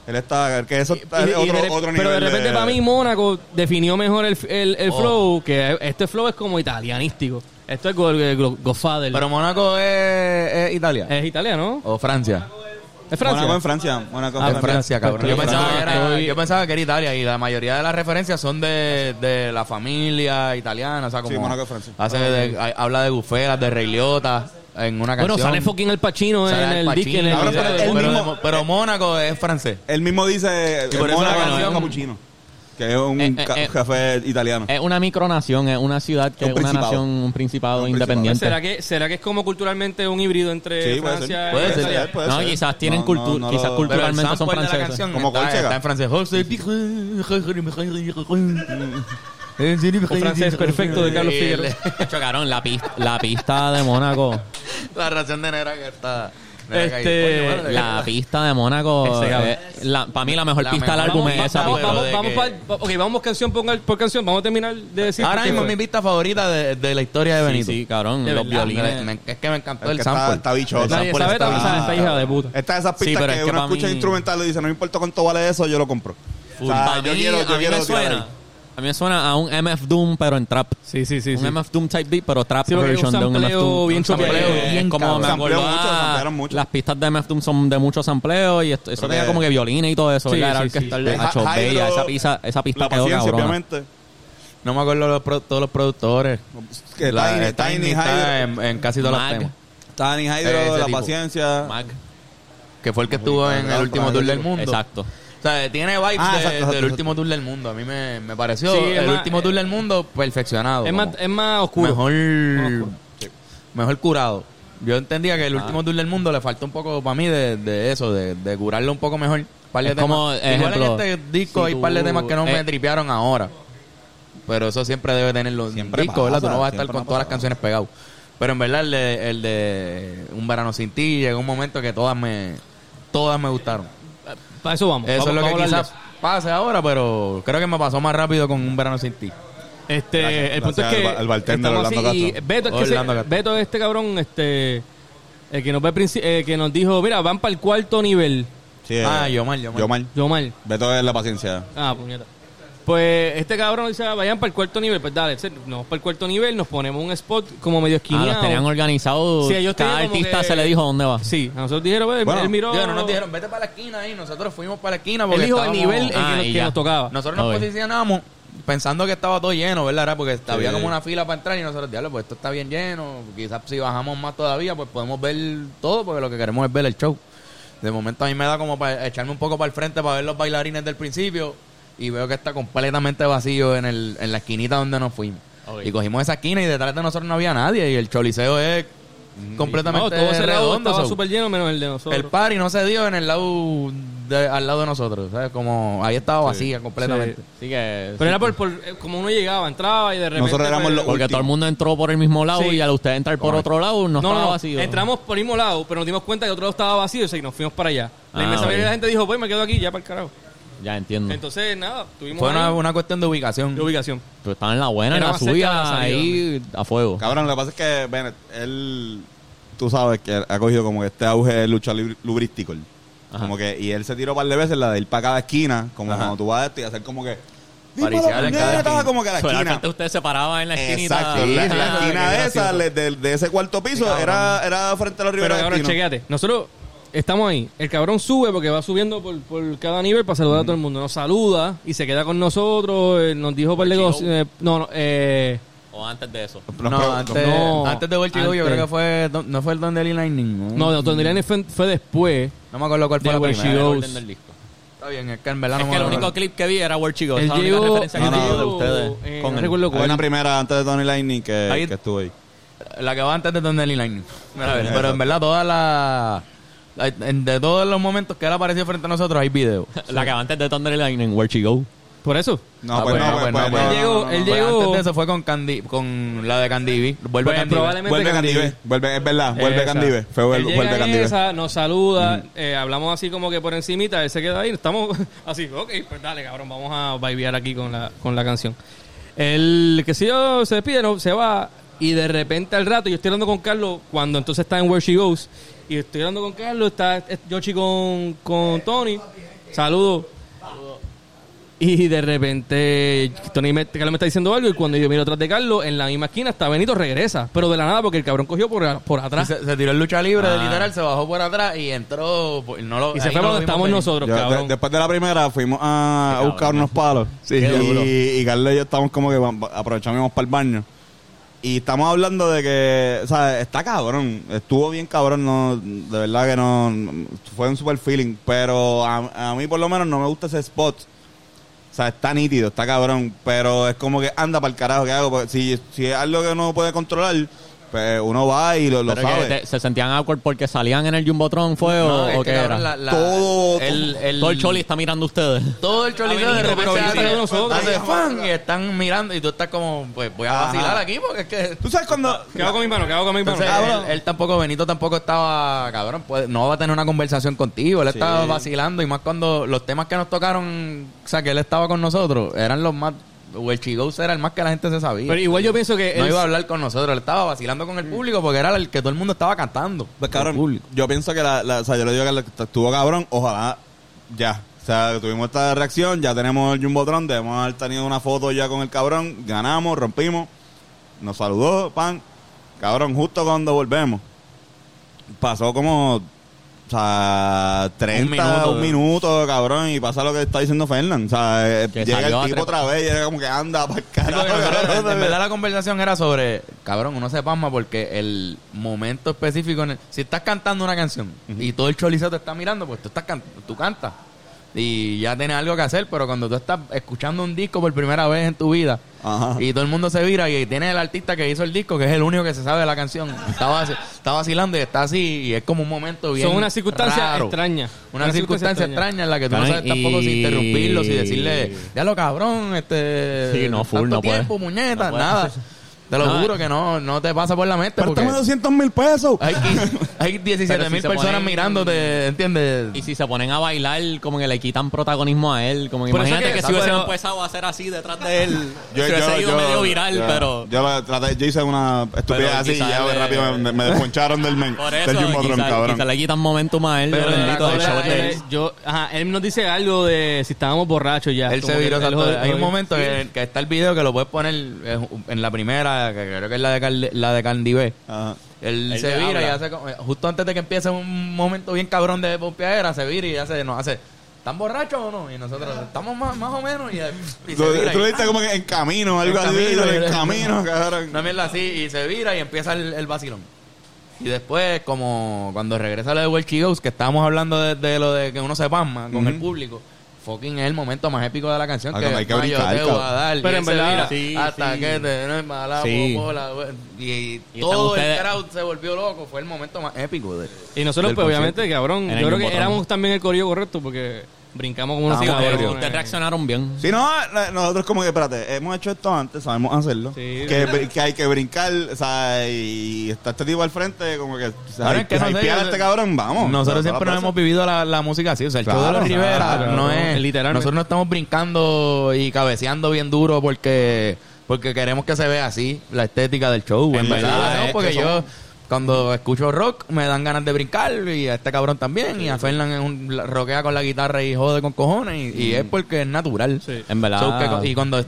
Él está, que eso está Y- y de otro, rep- otro nivel. pero de repente para mí Mónaco definió mejor el, el- el Oh. flow, que este flow es como italianístico. Esto es go- go- Godfather. Pero Mónaco es, es Italia. es italiano, ¿no? O Francia. Es Francia. Mónaco en Francia. Mónaco Ah, En Francia, cabrón. Pues, Yo pues, pensaba, pues, que era, estoy- yo pensaba que era Italia y la mayoría de las referencias son de, de la familia italiana. O sea, como Sí, Mónaco, Francia. hace de- ha- habla de buferas, de regliotas en una bueno, canción. sale fucking el Pachino Sale en Al el Pacino, Dick en el Ahora, video pero de- él pero, mismo- de- pero Mónaco es francés. Él mismo dice por eso la Mónaco es canción- un capuchino, que es un Eh, eh, ca- eh. café italiano. Es una micronación, es una ciudad, que Un es una principado. nación, un principado Un principado. independiente. ¿Será que, ¿Será que es como culturalmente un híbrido entre Sí, puede ser. Francia Puede y ser. Italia? puede no, ser. quizás tienen No, no, no cultura, lo- quizás Pero el Pero el culturalmente son sample de la franceses. canción Como está, Colchega. está en francés. Un francés perfecto de Carlos Y el- Figueroa. Chacho, cabrón, la, pis- la pista de Mónaco. La ración de negra que está... negra que- Este, Coño, madre, La pista de Mónaco. Ese, cabrón. Para mí, la mejor La pista del mejor. álbum es Vamos, esa Vamos, pista. pero vamos, de vamos que- pa- pa- ok, vamos canción por, por canción. Vamos a terminar de decir. Ahora por qué mismo es fue. mi pista favorita de, de la historia de Sí, Benito. sí, cabrón. De los verdad. violines. Me- me- es que me encantó Es el que está- sample. está bichoso. El Nadie sample sabe está- esta- esta hija de puta. Esta es esas Sí, pistas pero que, es que uno pa' escucha mí- instrumental y dice, no me importa cuánto vale eso, yo lo compro. O sea, Pa' yo mí- quiero, a yo mí quiero tirar me suena. ahí. A mí me suena a un MF Doom, pero en trap. Sí, sí, sí. un sí. MF Doom type beat, pero trap Sí, porque es un version de un MF sampleo Doom. bien Un sampleo choqueado. es Bien como me cabrón. acuerdo, Sampleó mucho, ah, samplearon mucho. Las pistas de MF Doom son de mucho sampleo y esto, eso Creo tenía que- como que violines y todo eso. Sí, ¿verdad? Era sí, orquestal sí. de Hacho Ja- Bella. Jairo, Esa pista, esa pista La quedó paciencia, cabrona. obviamente. No me acuerdo los pro- todos los productores. Que La- Tiny, eh, Tiny, está Hydro. Eh, en, en casi todos los Mag. temas. Tiny Ese Hydro, La tipo. Paciencia. Mag. Que fue el que estuvo en el claro, último claro, tour del claro. mundo. Exacto. O sea, tiene vibes Ah, de- exacto, exacto, del exacto. último tour del mundo. A mí me, me pareció Sí, es el más- eh, último tour del mundo perfeccionado. Es más, como es más oscuro. mejor, oscuro. mejor curado. Yo entendía Ah. que el último tour del mundo le falta un poco para mí de, de eso, de, de curarlo un poco mejor. Par de Es como, temas. Igual en ejemplo, este disco si hay un par de tú- temas que no eh, me tripearon ahora. Pero eso siempre debe tenerlo en Siempre disco, ¿verdad? Tú pasa, no vas a estar siempre con nos todas las pasa. canciones pegadas. Pero en verdad el de, el de Un verano sin ti llegó un momento que todas me todas me gustaron. Para eso Eso vamos. vamos- es vamos lo que a hablar de quizás pase ahora, pero creo que me pasó más rápido con Un verano sin ti. Este, el punto gracias es que al- al bartender estamos Orlando así y Castro. Beto, es que se- Orlando Castro. Beto, este cabrón, este, el que nos ve al princi- eh, que nos dijo, mira, van para el cuarto nivel. Sí, eh, Ah, Yomar, Yomar. Yo mal. Beto es La Paciencia. Ah, puñeta. Pues este cabrón dice, "Ah, vayan para el cuarto nivel. Pues dale, se- nos vamos para el cuarto nivel, nos ponemos un spot como medio Ah, los tenían esquineado. organizado. Sí, ellos Cada tenían como artista que- se le dijo dónde va. sí, a nosotros dijeron, pues, Bueno, él miró. Digo, no nos dijeron, vete para la esquina ahí. Nosotros fuimos para la esquina él porque dijo el estábamos- nivel el que, Ah, nos, y que ya. nos tocaba. Nosotros nos Ok. posicionamos pensando que estaba todo lleno, ¿verdad? Era Porque había Sí. como una fila para entrar y nosotros, diablo, pues esto está bien lleno. Quizás si bajamos más todavía, pues podemos ver todo, porque lo que queremos es ver el show. De momento a mí me da como para echarme un poco para el frente para ver los bailarines del principio y veo que está completamente vacío en, el, en la esquinita donde nos fuimos. Ok. Y cogimos esa esquina y detrás de nosotros no había nadie y el choliseo es completamente No, todo cerrado, redondo. estaba so- súper lleno menos el de nosotros. el party no se dio en el lado de- al lado de nosotros, ¿sabes? Como ahí estaba vacía completamente. Así que. Pero era por, por- eh, como uno llegaba, entraba y de repente. Nosotros éramos pues, los Porque último. todo el mundo entró por el mismo lado Sí. y al usted entrar por otro lado no, No, estaba no, vacío. entramos por el mismo lado, pero nos dimos cuenta que otro lado estaba vacío y nos fuimos para allá. La Ah, inmensa mayoría ok. Mm. de la gente dijo, pues me quedo aquí, ya para el carajo. Ya entiendo. Entonces, nada, tuvimos Fue una, ahí una cuestión de ubicación. de ubicación. Pero estaban en la buena, en Era la más cerca de la suya, salida, ahí a fuego. Cabrón, lo que pasa es que Bennett, él, tú sabes que ha cogido como que este auge de lucha lib- lubrístico. Ajá. Como que, y él se tiró un par de veces la de ir para cada esquina, como Ajá. cuando tú vas a esto y hacer como que. Paricial en cada "Dímelo, esquina". como que a la So, de esquina. repente usted se paraba en la esquinita. Exacto, la, la Ah, esquina qué de esa, gracioso. le- de, de ese cuarto piso, era, era frente a los Pero Rivera cabrón, Destino. chequeate. Nosotros estamos ahí. El cabrón sube porque va subiendo por, por cada nivel para saludar a todo el mundo. Nos saluda y se queda con nosotros. eh, Nos dijo para el Chico. negocio. eh, no, no, eh. O antes de eso. Nos No, pre- antes, no, antes de Volchigo yo antes. creo que fue don- no fue el Don Deli Lightning. Mm. No, no, Tony Lane fue, fue después. No me acuerdo cuál fue De la Where primera. She Goes. Orden del disco. Está bien, es que en verdad no Es que me el acuerdo. único clip que vi era World Chigo. Él Esa es la única llegó- referencia que él yo tengo de llegó, ustedes. eh, con no él. recuerdo Hay una cuál. primera antes de Tony Lightning que, Ahí- que estuvo ahí. La que va antes de Don Deli Lightning. Mira, a ver, Exacto. Pero en verdad todas las Ay, en- De todos los momentos que él apareció frente a nosotros hay video. La que va antes de Thunder Lightning, Where She Go. Por eso. No, Ah, pues bueno, no, pues, bueno, pues, bueno. no, Él llegó- no, no, él no. Pues llegó- antes de eso fue con Candy, con la de Candy B. Vuelve Pues Candy B. probablemente Vuelve Candive. Candive, vuelve, es verdad, vuelve Esa. Candive, fue Él vuelve, llega vuelve en Candive. esa, nos saluda, eh, hablamos así como que por encimita, él se queda ahí, estamos así, ok, pues dale, cabrón, vamos a bailar aquí con la, con la canción. El que si yo se despide, no, se va, y de repente al rato, yo estoy hablando con Carlos, cuando entonces está en Where She Goes, y estoy hablando con Carlos, está eh, Yoshi con, con Tony, saludo. Y de repente Tony me, Carlos me está diciendo algo y cuando yo miro atrás de Carlos, en la misma esquina está Benito, regresa, pero de la nada porque el cabrón cogió por, por Y atrás. Se, se tiró en lucha libre, literal, se bajó por atrás y entró. pues, no lo- Ah. Y se ahí fue no lo por vimos donde estamos venir. nosotros, Yo, de- cabrón. después de la primera fuimos a, a buscar unos palos. Sí, Qué duro. y, y Carlos y yo estamos como que va- aprovechamos y vamos para el baño. Y estamos hablando de que, o sea, está cabrón. Estuvo bien cabrón, no, de verdad que no. Fue un super feeling. Pero a, a mí, por lo menos, no me gusta ese spot. O sea, está nítido, está cabrón. Pero es como que anda para el carajo, ¿qué hago? Porque si, si es algo que uno puede controlar, pues uno va y lo, lo Pero que sabe. te- ¿Se sentían awkward porque salían en el Jumbotron fue o- No, es o que, qué cabrón, la- era? la- Todo- El, el, Todo el choli está mirando a ustedes. Todo el choliseo de Benito, repente pero hace, viene de nosotros. hace fan y están mirando y tú estás como, pues voy a Ajá. vacilar aquí porque es que... ¿Tú sabes cuando.? ¿Qué hago con mi mano? ¿Qué hago con mi mano? Entonces, Cabrón. él, él tampoco, Benito tampoco estaba, cabrón, pues, no va a tener una conversación contigo, él estaba vacilando y más cuando los temas que nos tocaron, o sea, que él estaba con nosotros, eran los más, o el Chigos era el más que la gente se sabía. Pero igual yo pienso que no él- iba a hablar con nosotros, él estaba vacilando con el público porque era el que todo el mundo estaba cantando. Pues cabrón, yo pienso que la, la- o sea, yo le digo que la, que estuvo cabrón, ojalá ya. O sea, tuvimos esta reacción, ya tenemos el Jumbotron, debemos haber tenido una foto ya con el cabrón, ganamos, rompimos, nos saludó, pan. Cabrón, justo cuando volvemos, pasó como, o sea, 30, un minuto, minuto, ¿no? cabrón, y pasa lo que está diciendo Fernan. O sea, eh, Que llega salió a el tipo tre- otra vez, llega como que anda para el Sí, porque nosotros, carajo. en verdad la conversación era sobre, cabrón, uno se pasma porque el momento específico, en el- si estás cantando una canción y todo el choliseo te está mirando, pues tú, estás can- tú cantas y ya tienes algo que hacer, pero cuando tú estás escuchando un disco por primera vez en tu vida Ajá. y todo el mundo se vira y tienes el artista que hizo el disco, que es el único que se sabe de la canción, está, vaci- está vacilando y está así y es como un momento bien son unas circunstancias raro. extrañas. Una, circunstancia extraña en la que tú no Caray, sabes tampoco si y- interrumpirlo, si decirle, ya lo cabrón, este. Sí, no, full, tanto no puede. tiempo, muñeca, No puede. nada. Te lo No, juro que no, no te pasa por la mente. Pero Porque estamos 200 mil pesos. hay, hay 17 Pero si mil se personas ponen- mirándote, ¿entiendes? Y si se ponen a bailar, como que le quitan protagonismo a él. Como que Por eso imagínate que- que, si hubiesen pero- empezado a hacer así detrás de él, se hubiese ido medio viral, yo- pero... Yo, la traté- yo hice una estupidez Pero así y quizás ya le- rápido me, me desponcharon del men. Por del eso, Jumbotron, quizás cabrón. quizá le quitan momentum a él. Pero bendito, la cosa el show es- de- Él, ah, eh, yo, ajá, él nos dice algo de si estábamos borrachos ya. Él Como se que viró. él exacto. jode- Hay un jode- momento que, que está el video que lo puedes poner eh, en la primera, que creo que es la de, Carl- la de Candy B. Ajá. Él, Él se le vira y habla. hace como- eh, justo antes de que empiece un momento bien cabrón de pompeadera, se vira y hace, nos hace, ¿están borrachos o no? Y nosotros, estamos más, más o menos, y, eh, y se Tú, vira. tú le y- diste como que en camino, algo En así. camino, En era- camino, cabrón. Una mierda así, y se vira y empieza el, el vacilón. Y después, como cuando regresa lo de Welchie Goes, que estábamos hablando de, de lo de que uno se pasma con Ujú. el público, fucking es el momento más épico de la canción. Ah, que como hay que "Ma, brincar, yo te voy a cabrón". dar. Pero y en él se verdad, vira, sí, hasta sí. que te no es mala, Sí. popola, y, y Y todo están el ustedes- crowd se volvió loco. Fue el momento más épico de Y nosotros, del concierto. pues, obviamente, cabrón, En yo el creo que Jumbotron. éramos también el corrido correcto porque brincamos como unos Sí, cabrones. ustedes- Ustedes reaccionaron bien. Si no, eh, nosotros como que, espérate, hemos hecho esto antes, sabemos hacerlo. Sí. Que, br- que hay que brincar, o sea, y está este tipo al frente, como que, o sea, Ahora hay es que no sé, hypear a yo- este cabrón, vamos. Nosotros Vamos a la siempre nos plaza. hemos vivido la, la música así. O sea, el show de Claro, los Rivera claro, no es. literalmente. Nosotros no estamos brincando y cabeceando bien duro porque porque queremos que se vea así la estética del show. En Sí, verdad, sí, ¿no? eh, es Porque que yo. somos- Cuando escucho rock me dan ganas de brincar y a este cabrón también y a Fernan es un la- rockea con la guitarra y jode con cojones y, Mm. y es porque es natural. Sí. En verdad. So, que cu- y cuando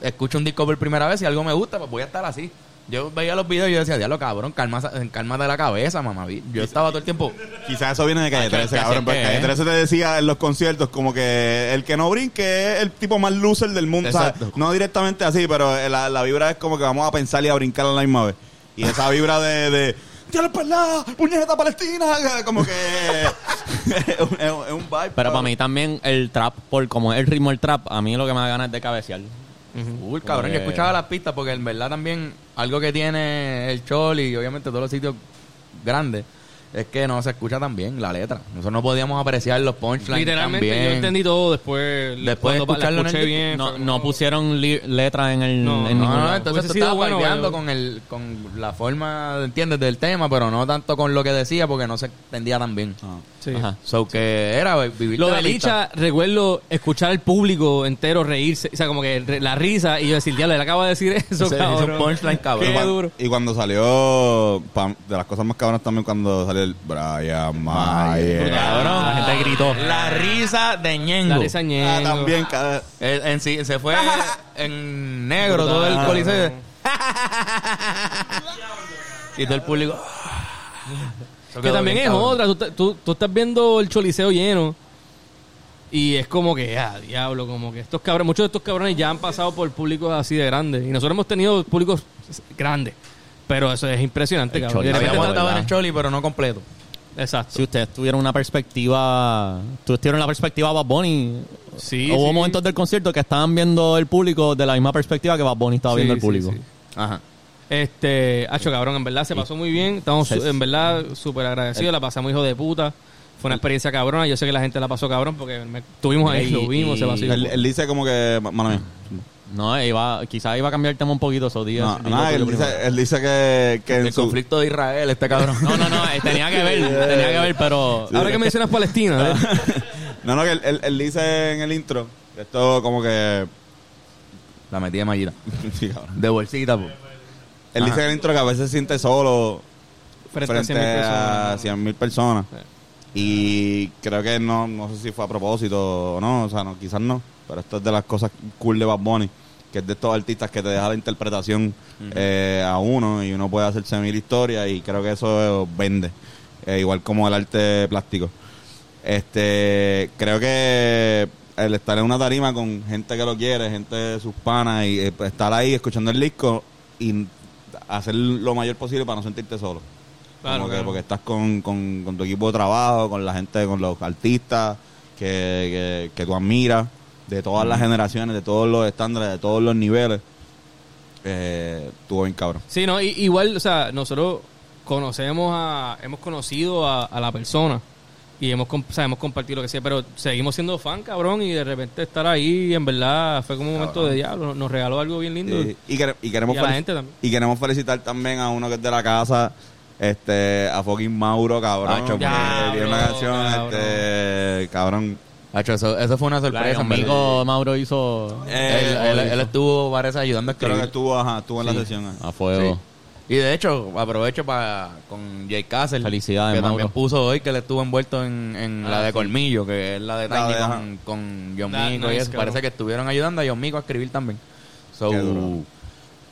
escucho un disco por primera vez y algo me gusta, pues voy a estar así. Yo veía los videos y yo decía, diablo, cabrón, calma, cálmate la cabeza, mamá. Yo estaba todo el tiempo. Quizás eso viene de Calle 13, que cabrón. así Porque que Calle es. 13 te decía en los conciertos como que el que no brinque es el tipo más loser del mundo. o sea, Exacto. no directamente así, pero la, la vibra es como que vamos a pensar y a brincar a la misma vez. Y esa vibra de... de ¡Tíralo para la ¡Puñeta palestina! Como que... es, un, es un- es un vibe. Pero para cabrón. mí también el trap, por como es el ritmo del trap, a mí lo que me da ganas es de cabecear. Full, cabrón, yo Porque- escuchaba las pistas porque en verdad también algo que tiene el Choli y obviamente todos los sitios grandes Es que no se escucha tan bien la letra. Nosotros no podíamos apreciar los punchlines. Literalmente, tan bien. yo entendí todo después. Después de cuando la escucharlo en el escuché disco, bien. No, fue no como- pusieron li- letra en el. No, en No, ningún no, lado. entonces Hubiese tú sido estabas bueno, barbeando yo- con, el, con la forma, ¿entiendes?, del tema, pero no tanto con lo que decía porque no se entendía tan bien. Ah. Sí. Ajá. So que era vivir Lo la de pista. Licha, recuerdo escuchar al público entero reírse, o sea, como que re- la risa, y yo decir, diablo, le acaba de decir eso, Se hizo un cabrón. punchline, cabrón. Qué cuan- duro. y cuando salió, pam, de las cosas más cabronas también, cuando salió el Brian Mayer. Cabrón, la gente gritó. La risa de Ñengo. La risa ñengo. Ah, también, cada- Eh, en sí, se fue en negro todo el coliseo. y todo el público. Eso Que quedó también bien, es cabrón. otra. Tú, te- tú- tú estás viendo el choliseo lleno. Y es como que, ah, diablo, como que estos cabrones, muchos de estos cabrones ya han pasado por públicos así de grandes. Y nosotros hemos tenido públicos grandes. Pero eso es impresionante, El cabrón. De Choli. repente Habíamos ¿verdad? estado en el Choli, pero no completo. está- Exacto. Si ustedes tuvieron una perspectiva. Tuvieron la perspectiva Bad Bunny. Sí, Hubo sí. momentos del concierto que estaban viendo el público de la misma perspectiva que Bad Bunny estaba Sí, viendo el sí, público. sí. Ajá. Este, Hacho, cabrón, en verdad se pasó muy bien. Estamos su- en verdad súper agradecidos. La pasamos, hijo de puta. Fue una experiencia cabrona. Yo sé que la gente la pasó cabrón porque me- estuvimos ahí, Y- lo vimos, se pasó. y- él, él dice como que, ma- mano mía. No, iba, quizás iba a cambiar el tema un poquito esos días. No, Digo, nada, él, tuyo dice, él dice que, que en El Este su- conflicto de Israel, este cabrón. primero. no, no, no, eh, tenía que ver, tenía que ver, pero. Ahora que mencionas Palestina, ¿eh? No, no, que él, él- él dice en el intro, esto como que... La metí de mallita. sí, cabrón. De bolsita, pues. po. Él dice en el intro que a veces se siente solo frente, frente, a a 100.000 100.000 personas. personas. Y creo que no, no sé si fue a propósito o no, o sea, no, quizás no, pero esto es de las cosas cool de Bad Bunny, que es de estos artistas que te deja la interpretación eh, a uno y uno puede hacerse mil historias y creo que eso vende, Eh, igual como el arte plástico. Este, creo que el estar en una tarima con gente que lo quiere, gente de sus panas y eh, estar ahí escuchando el disco y hacer lo mayor posible para no sentirte solo. Claro, Como que claro. Porque estás con, con- con tu equipo de trabajo, con la gente, con los artistas que, que, que tú admiras, de todas las generaciones, de todos los estándares, de todos los niveles. Eh, estuvo bien cabrón. Sí, no, y- igual, o sea, nosotros conocemos a, hemos conocido a, a la persona y hemos, comp- o sea, hemos compartido lo que sea, pero seguimos siendo fan, cabrón, y de repente estar ahí, en verdad, fue como un momento de diablo, nos regaló algo bien lindo. Este Eh, y, quere- y queremos Y a la felici- gente también. y queremos felicitar también a uno que es de la casa, este, a fucking Mauro, cabrón. Ah, que cabrón, tiene una canción, cabrón. este, cabrón. Hacho, eso, eso fue una Claro, sorpresa, en verdad. amigo Mauro hizo. Él, Eh, él- él estuvo varias ayudando a creo que escribir. estuvo, ajá, estuvo en la sesión. eh. A fuego. Y de hecho, aprovecho para con Jay Castle. Felicidades, Que Mauro. también puso hoy que le estuvo envuelto en, en Ah, la de Colmillo, que es la de La Tiny de- con, con John Da- Mico y nice, eso. cabrón. Parece que estuvieron ayudando a John Mico a escribir también. So, Qué duro.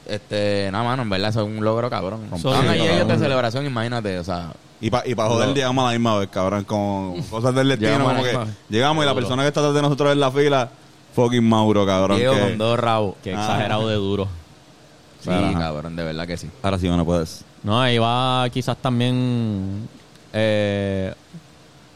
este, nada, mano, en verdad, eso es un logro cabrón. So, Estaban sí, allí cabrón. ellos de celebración, imagínate, o sea. Y para y pa joder, No. llegamos a la misma vez, cabrón, con cosas del destino. Llegamos a la como que misma vez. llegamos y la persona que está atrás de nosotros en la fila, fucking Mauro, cabrón. Diego que- con dos rabos. Qué Ah. exagerado de duro. Sí, Ajá. cabrón, de verdad que sí. Ahora sí, bueno, pues, puedes. No, iba quizás también eh,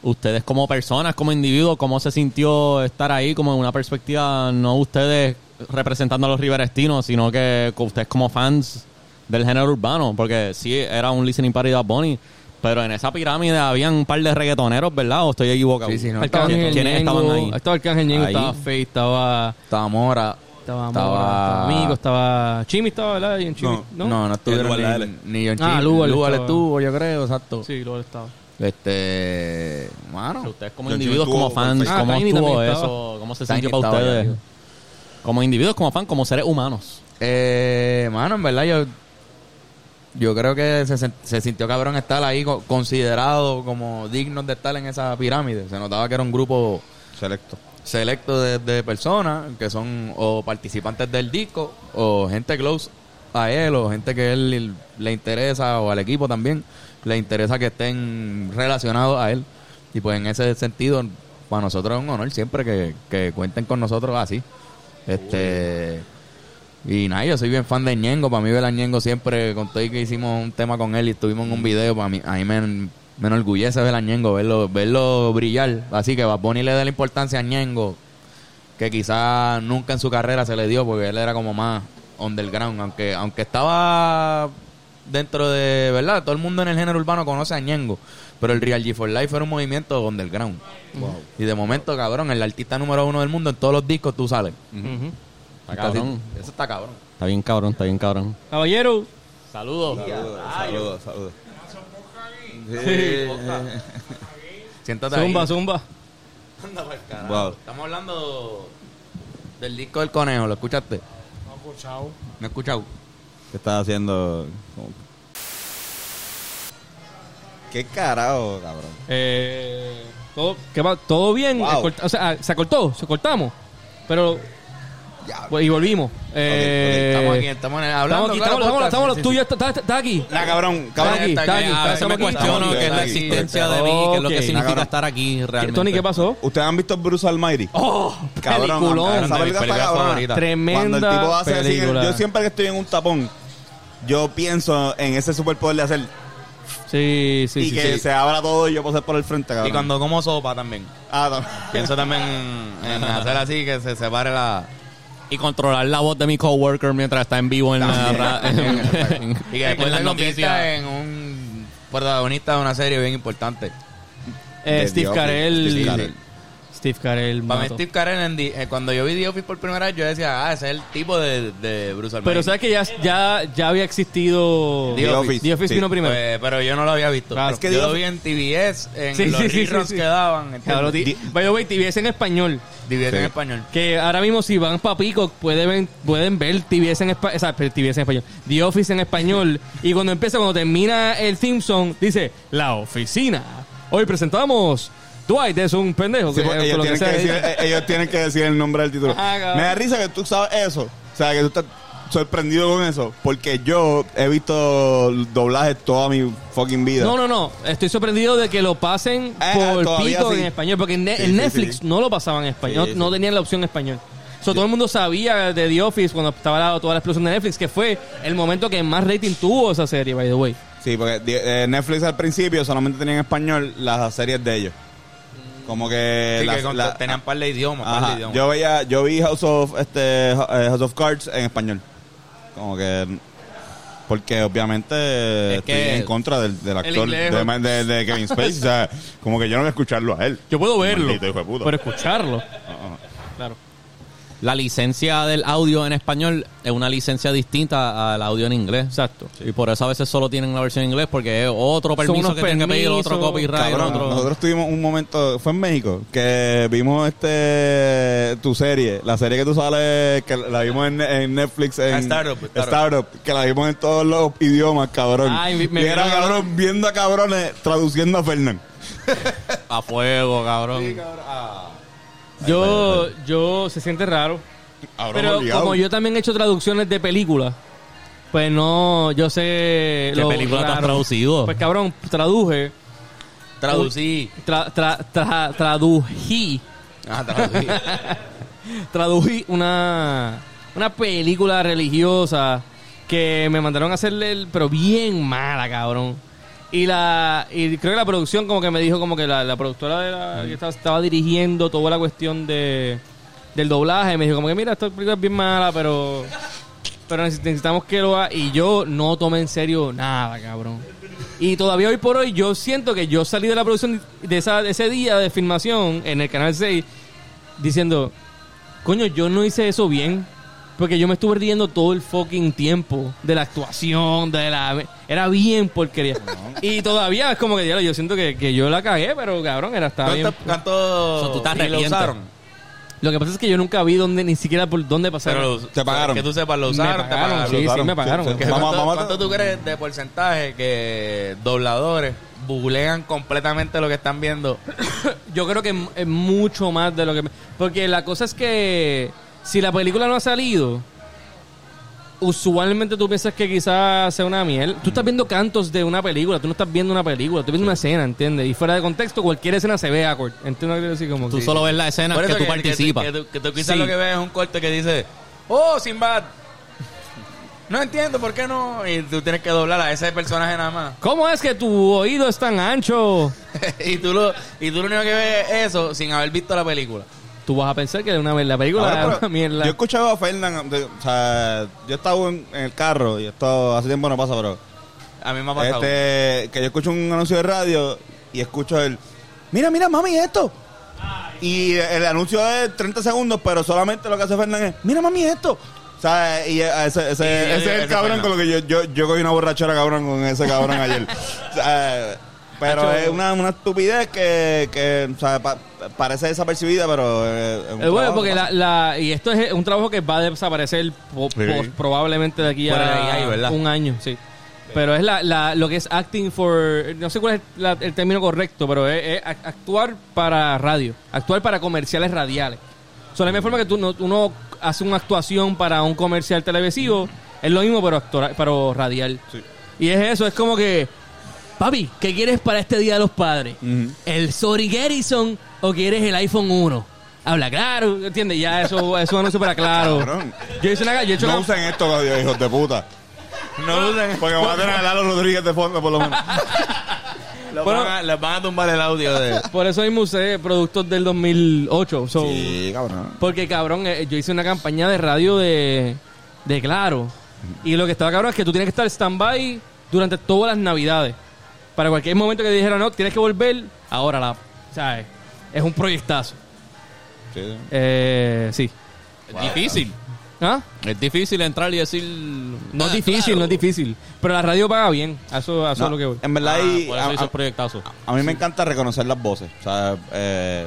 ustedes como personas, como individuos, cómo se sintió estar ahí, como en una perspectiva, no ustedes representando a los riverestinos, sino que co- ustedes como fans del género urbano, porque sí, era un listening party de Bad Bunny, pero en esa pirámide habían un par de reggaetoneros, ¿verdad? ¿O estoy equivocado? Sí, sí, no, estaban- Arcángel ¿Quiénes Ñengo, estaban ahí? Estaba Arcángel Ñengo, Ahí. estaba Faye, estaba, Estaba Mora. estaba, Mora, estaba Mico, estaba Chimi, estaba, ¿verdad? Y en Chimi, No, no, no, Lugar la estuvieron L. ni, ni John Ah, Chim- Lugar Lugar estaba. estuvo, yo creo, exacto. Sí, luego estaba. Este. Mano. Ustedes como Yo- yo individuos, como estuvo- fans, Ah, ¿cómo Tiny estuvo también estaba. eso? ¿Cómo se Tiny sintió para estaba ahí ustedes? arriba. Como individuos, como fans, como seres humanos. Eh, mano, en verdad yo yo creo que se, sen- se sintió cabrón estar ahí co- considerado como dignos de estar en esa pirámide. Se notaba que era un grupo Selecto. selecto de, de personas que son o participantes del disco o gente close a él o gente que él le interesa o al equipo también le interesa que estén relacionados a él. Y pues en ese sentido, para nosotros es un honor siempre que, que cuenten con nosotros así. Este. Y nada, yo soy bien fan de Ñengo. Para mí, ver a Ñengo siempre, con todo y que hicimos un tema con él y estuvimos en un video, para mí, a mí me, me enorgullece ver a Ñengo, verlo, verlo brillar. Así que Bad Bunny le da la importancia a Ñengo, que quizás nunca en su carrera se le dio, porque él era como más underground. Aunque, aunque estaba dentro de, ¿verdad? Todo el mundo en el género urbano conoce a Ñengo, pero el Real G4 Life era un movimiento underground. Y de momento, cabrón, el artista número uno del mundo en todos los discos tú sales. Ujú. Está cabrón. Así- Eso está cabrón. Está bien cabrón, está bien cabrón. Caballero. Saludos. Saludos, saludos, saludos. Siéntate ahí. Zumba, zumba. Anda pa'l carajo. Wow. Estamos hablando del disco del conejo, ¿lo escuchaste? No he escuchado. ¿Qué estás haciendo? Como- ¿Qué carajo, cabrón? Eh, todo, ¿qué va? ¿Todo bien? Wow. Eh, corta- o sea, ah, se cortó, se cortamos. Pero. pues, y volvimos. Eh, Estamos aquí, estamos en el- hablando. Estamos aquí, claro, estamos, estamos, podcast. estamos, Sí, sí, tú sí. ya estás, estás- estás aquí. La cabrón, cabrón. Está aquí, Esta está que a aquí, veces estamos Ah, me aquí, cuestiono estamos que es la aquí. existencia de mí, que es lo Ok. que significa Cabrón. estar aquí realmente. Tony, ¿qué pasó? ¿Ustedes han visto Bruce Almighty? ¡Oh! Cabrón, peliculón. Cabrón, de mis Esa película está películas cabrona. favoritas. Tremenda Cuando el tipo hace así, película. yo siempre que estoy en un tapón, yo pienso en ese superpoder de hacer Sí, sí, y sí. que sí. se abra todo y yo pasar por el frente, cabrón. Y cuando como sopa también. Ah, no. Pienso también en, en hacer así, que se separe la... Y controlar la voz de mi coworker mientras está en vivo en la ra- en- Y que después en las se convierta noticias. en un protagonista de una serie bien importante. Eh, De The Steve Office. Carell. Steve Steve Carell. Carell. Para mí mató. Steve Carell, en The- eh, cuando yo vi The Office por primera vez, yo decía, ah, ese es el tipo de, de Bruce Almighty. Pero sabes que ya, ya, ya había existido. The Office. The Office Sí. vino primero. Pues, pero yo no lo había visto. Claro. Es que The yo lo Office- vi en TBS, en Sí, los sí, sí, sí, reruns sí. que daban. ¿entiendes? Cabrón, ti- Di- by the way, TBS en español. TBS en Sí. español. Que ahora mismo si van pa' Pico pueden, ver- pueden ver TBS en español, o sea, pero TBS en español, The Office en español. y cuando empieza, cuando termina el theme song, dice, La Oficina. Hoy presentamos, Dwight es un pendejo. Sí, que- pues, con ellos, lo que tienen que sea. decir, eh, ellos tienen que decir el nombre del título. Ah, cabrón. Me da risa que tú sabes eso. O sea, que tú estás sorprendido con eso. Porque yo he visto doblajes toda mi fucking vida. No, no, no. Estoy sorprendido de que lo pasen Ah, por todavía Pico sí. en español. Porque en, Ne- Sí, en sí, Netflix sí. no lo pasaban en español. Sí, no sí. tenían la opción en español. So, Todo el mundo sabía de The Office cuando estaba la- toda la explosión de Netflix, que fue el momento que más rating tuvo esa serie, by the way. Sí, porque di- eh, Netflix al principio solamente tenía en español las series de ellos. Como que, Sí, las- que con- Eh, la- ah. tenían par de idiomas, par de Ajá. idiomas. Yo veía, yo vi House of este eh, House of Cards en español. Como que porque obviamente Es estoy que en contra del, del actor inglés- de, de- de Kevin Spacey, o sea, como que yo no voy a escucharlo a él. Yo puedo verlo, Maldito hijo de puta. pero escucharlo. Ah, Claro. La licencia del audio en español es una licencia distinta al audio en inglés. Exacto. Y por eso a veces solo tienen la versión en inglés porque es otro permiso unos que tienen que pedir, otro permisos. ah. copyright, Cabrón, otro... nosotros tuvimos un momento, fue en México, que vimos este tu serie, la serie que tú sales, que la vimos en, en Netflix en Ah, Startup, Startup. Startup, que la vimos en todos los idiomas, cabrón. Ay, me- me y era vieron- cabrón viendo a cabrones traduciendo a Fernán. A fuego, cabrón. Yo, yo, se siente raro. Cabrón, Pero obligado. como yo también he hecho traducciones de películas, pues no, yo sé... ¿Qué lo película te has raro. traducido? Pues cabrón, traduje... Traducí. tra- tra- tra- tradují, Ah, traducí. tradují una, una película religiosa que me mandaron a hacerle, el, pero bien mala, cabrón. Y la y creo que la producción como que me dijo como que la, la productora de la, que estaba, estaba dirigiendo toda la cuestión de del doblaje me dijo como que mira esta película es bien mala pero pero necesit- necesitamos que lo haga y yo no tomé en serio nada cabrón y todavía hoy por hoy yo siento que yo salí de la producción de, esa, de ese día de filmación en el canal 6 diciendo, coño, yo no hice eso bien. Porque yo me estuve riendo todo el fucking tiempo de la actuación, de la... Era bien porquería. Y todavía es como que diablo, yo siento que, que yo la cagué, pero cabrón, era estaba bien. ¿Cuánto, cuánto So, tú te y lo arrepientes. usaron? Lo que pasa es que yo nunca vi dónde, ni siquiera por dónde pasaron. Pero Te pagaron. Que tú sepas, lo Me usaron, te pagaron, pagaron. sí, Lo sí, me usaron. pagaron. Sí, sí. ¿Qué- Vamos, ¿Cuánto, vamos a- cuánto tú crees de porcentaje que dobladores bulean completamente lo que están viendo? Yo creo que es mucho más de lo que... Porque la cosa es que si la película no ha salido, usualmente tú piensas que quizás sea una miel. Tú estás viendo cantos de una película, tú no estás viendo una película, tú viendo una escena, ¿entiendes? Y fuera de contexto, cualquier escena se ve acorde. ¿Entiendes lo que quiero decir? Como Tú que- solo ves la escena Por que eso tú participas. Que, tú- que tú quizás Sí. lo que ves es un corte que dice, oh, Sinbad. No entiendo por qué no. Y tú tienes que doblar a ese personaje nada más. ¿Cómo es que tu oído es tan ancho? y, tú lo, y tú lo único que ves es eso sin haber visto la película. Tú vas a pensar que de una vez la película Ahora, era pero una mierda. Yo he escuchado a Fernan, de- o sea, yo estaba en, en el carro y esto hace tiempo no pasa, pero A mí me ha pasado. Este, que yo escucho un anuncio de radio y escucho el, mira, mira, mami, esto. Y el anuncio es 30 segundos, pero solamente lo que hace Fernández es, mira, mami, esto. O sea, y ese, ese- ese ese es el es cabrón Fernan. con lo que yo, yo, yo cogí una borrachera cabrón con ese cabrón ayer. O sea, pero Hacho. es una, una estupidez que, que o sea, pa- parece desapercibida, pero... eh, es un Eh, bueno, trabajo. porque la, la- y esto es un trabajo que va a desaparecer po- Sí. pos- probablemente de aquí Por a el AI, ¿verdad? un año, sí. Pero es la, la- lo que es acting for, no sé cuál es la- el término correcto, pero es, es ac- actuar para radio, actuar para comerciales radiales. O sea, la misma forma que tú, no- uno hace una actuación para un comercial televisivo, es lo mismo, pero, actora- pero radial. Sí. Y es eso, es como que, papi, ¿qué quieres para este Día de los Padres? Ujú. ¿El Sorry Garrison o quieres el iPhone 1? Habla claro, ¿entiendes? Ya eso es un anuncio para claro. Cabrón. Yo hice una... Yo he hecho No una- usen esto, hijos de puta. No lo usen. Porque va a tener a Lalo Rodríguez de fondo, por lo menos. Los Bueno. van a- les van a tumbar el audio de. Por eso mismo usé productos del 2008. so- Sí, cabrón. Porque, cabrón, eh, yo hice una campaña de radio de, de Claro. Y lo que estaba cabrón es que tú tienes que estar stand-by durante todas las navidades. Para cualquier momento que dijera no, tienes que volver, ahora la... ¿Sabes? Es un proyectazo. Sí. Eh, sí. Es difícil. ¿Ah? Es difícil entrar y decir. No "Ah, es difícil, claro". no es difícil. Pero la radio paga bien. A eso, a eso No, es lo que voy. En verdad, Ah, y- por a, eso a- hizo el proyectazo. a mí me encanta reconocer las voces. O sea, eh,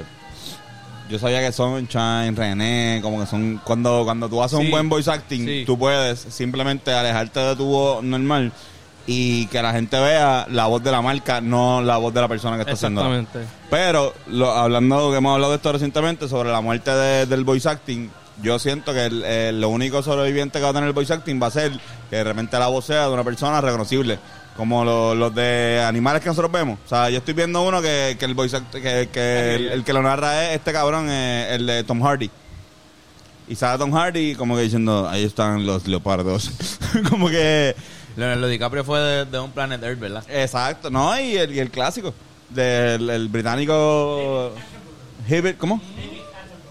yo sabía que son Shine, René, como que son. Cuando, cuando tú haces Sí. un buen voice acting, Sí. tú puedes simplemente alejarte de tu voz normal y que la gente vea la voz de la marca, no la voz de la persona que está haciendo. Exactamente. Pero lo, hablando que hemos hablado de esto recientemente sobre la muerte de- del voice acting, yo siento que el- eh, lo único sobreviviente que va a tener el voice acting va a ser que de repente la voz sea de una persona reconocible, como lo- los de animales que nosotros vemos. O sea, yo estoy viendo uno que, que el voice act- que, que el, el que lo narra es este cabrón, eh, el de Tom Hardy. Y sale Tom Hardy como que diciendo, ahí están los leopardos. como que... Leonardo DiCaprio fue de, de un Planet Earth, ¿verdad? Exacto, no, y el, y el clásico del el británico Hibbert, ¿cómo?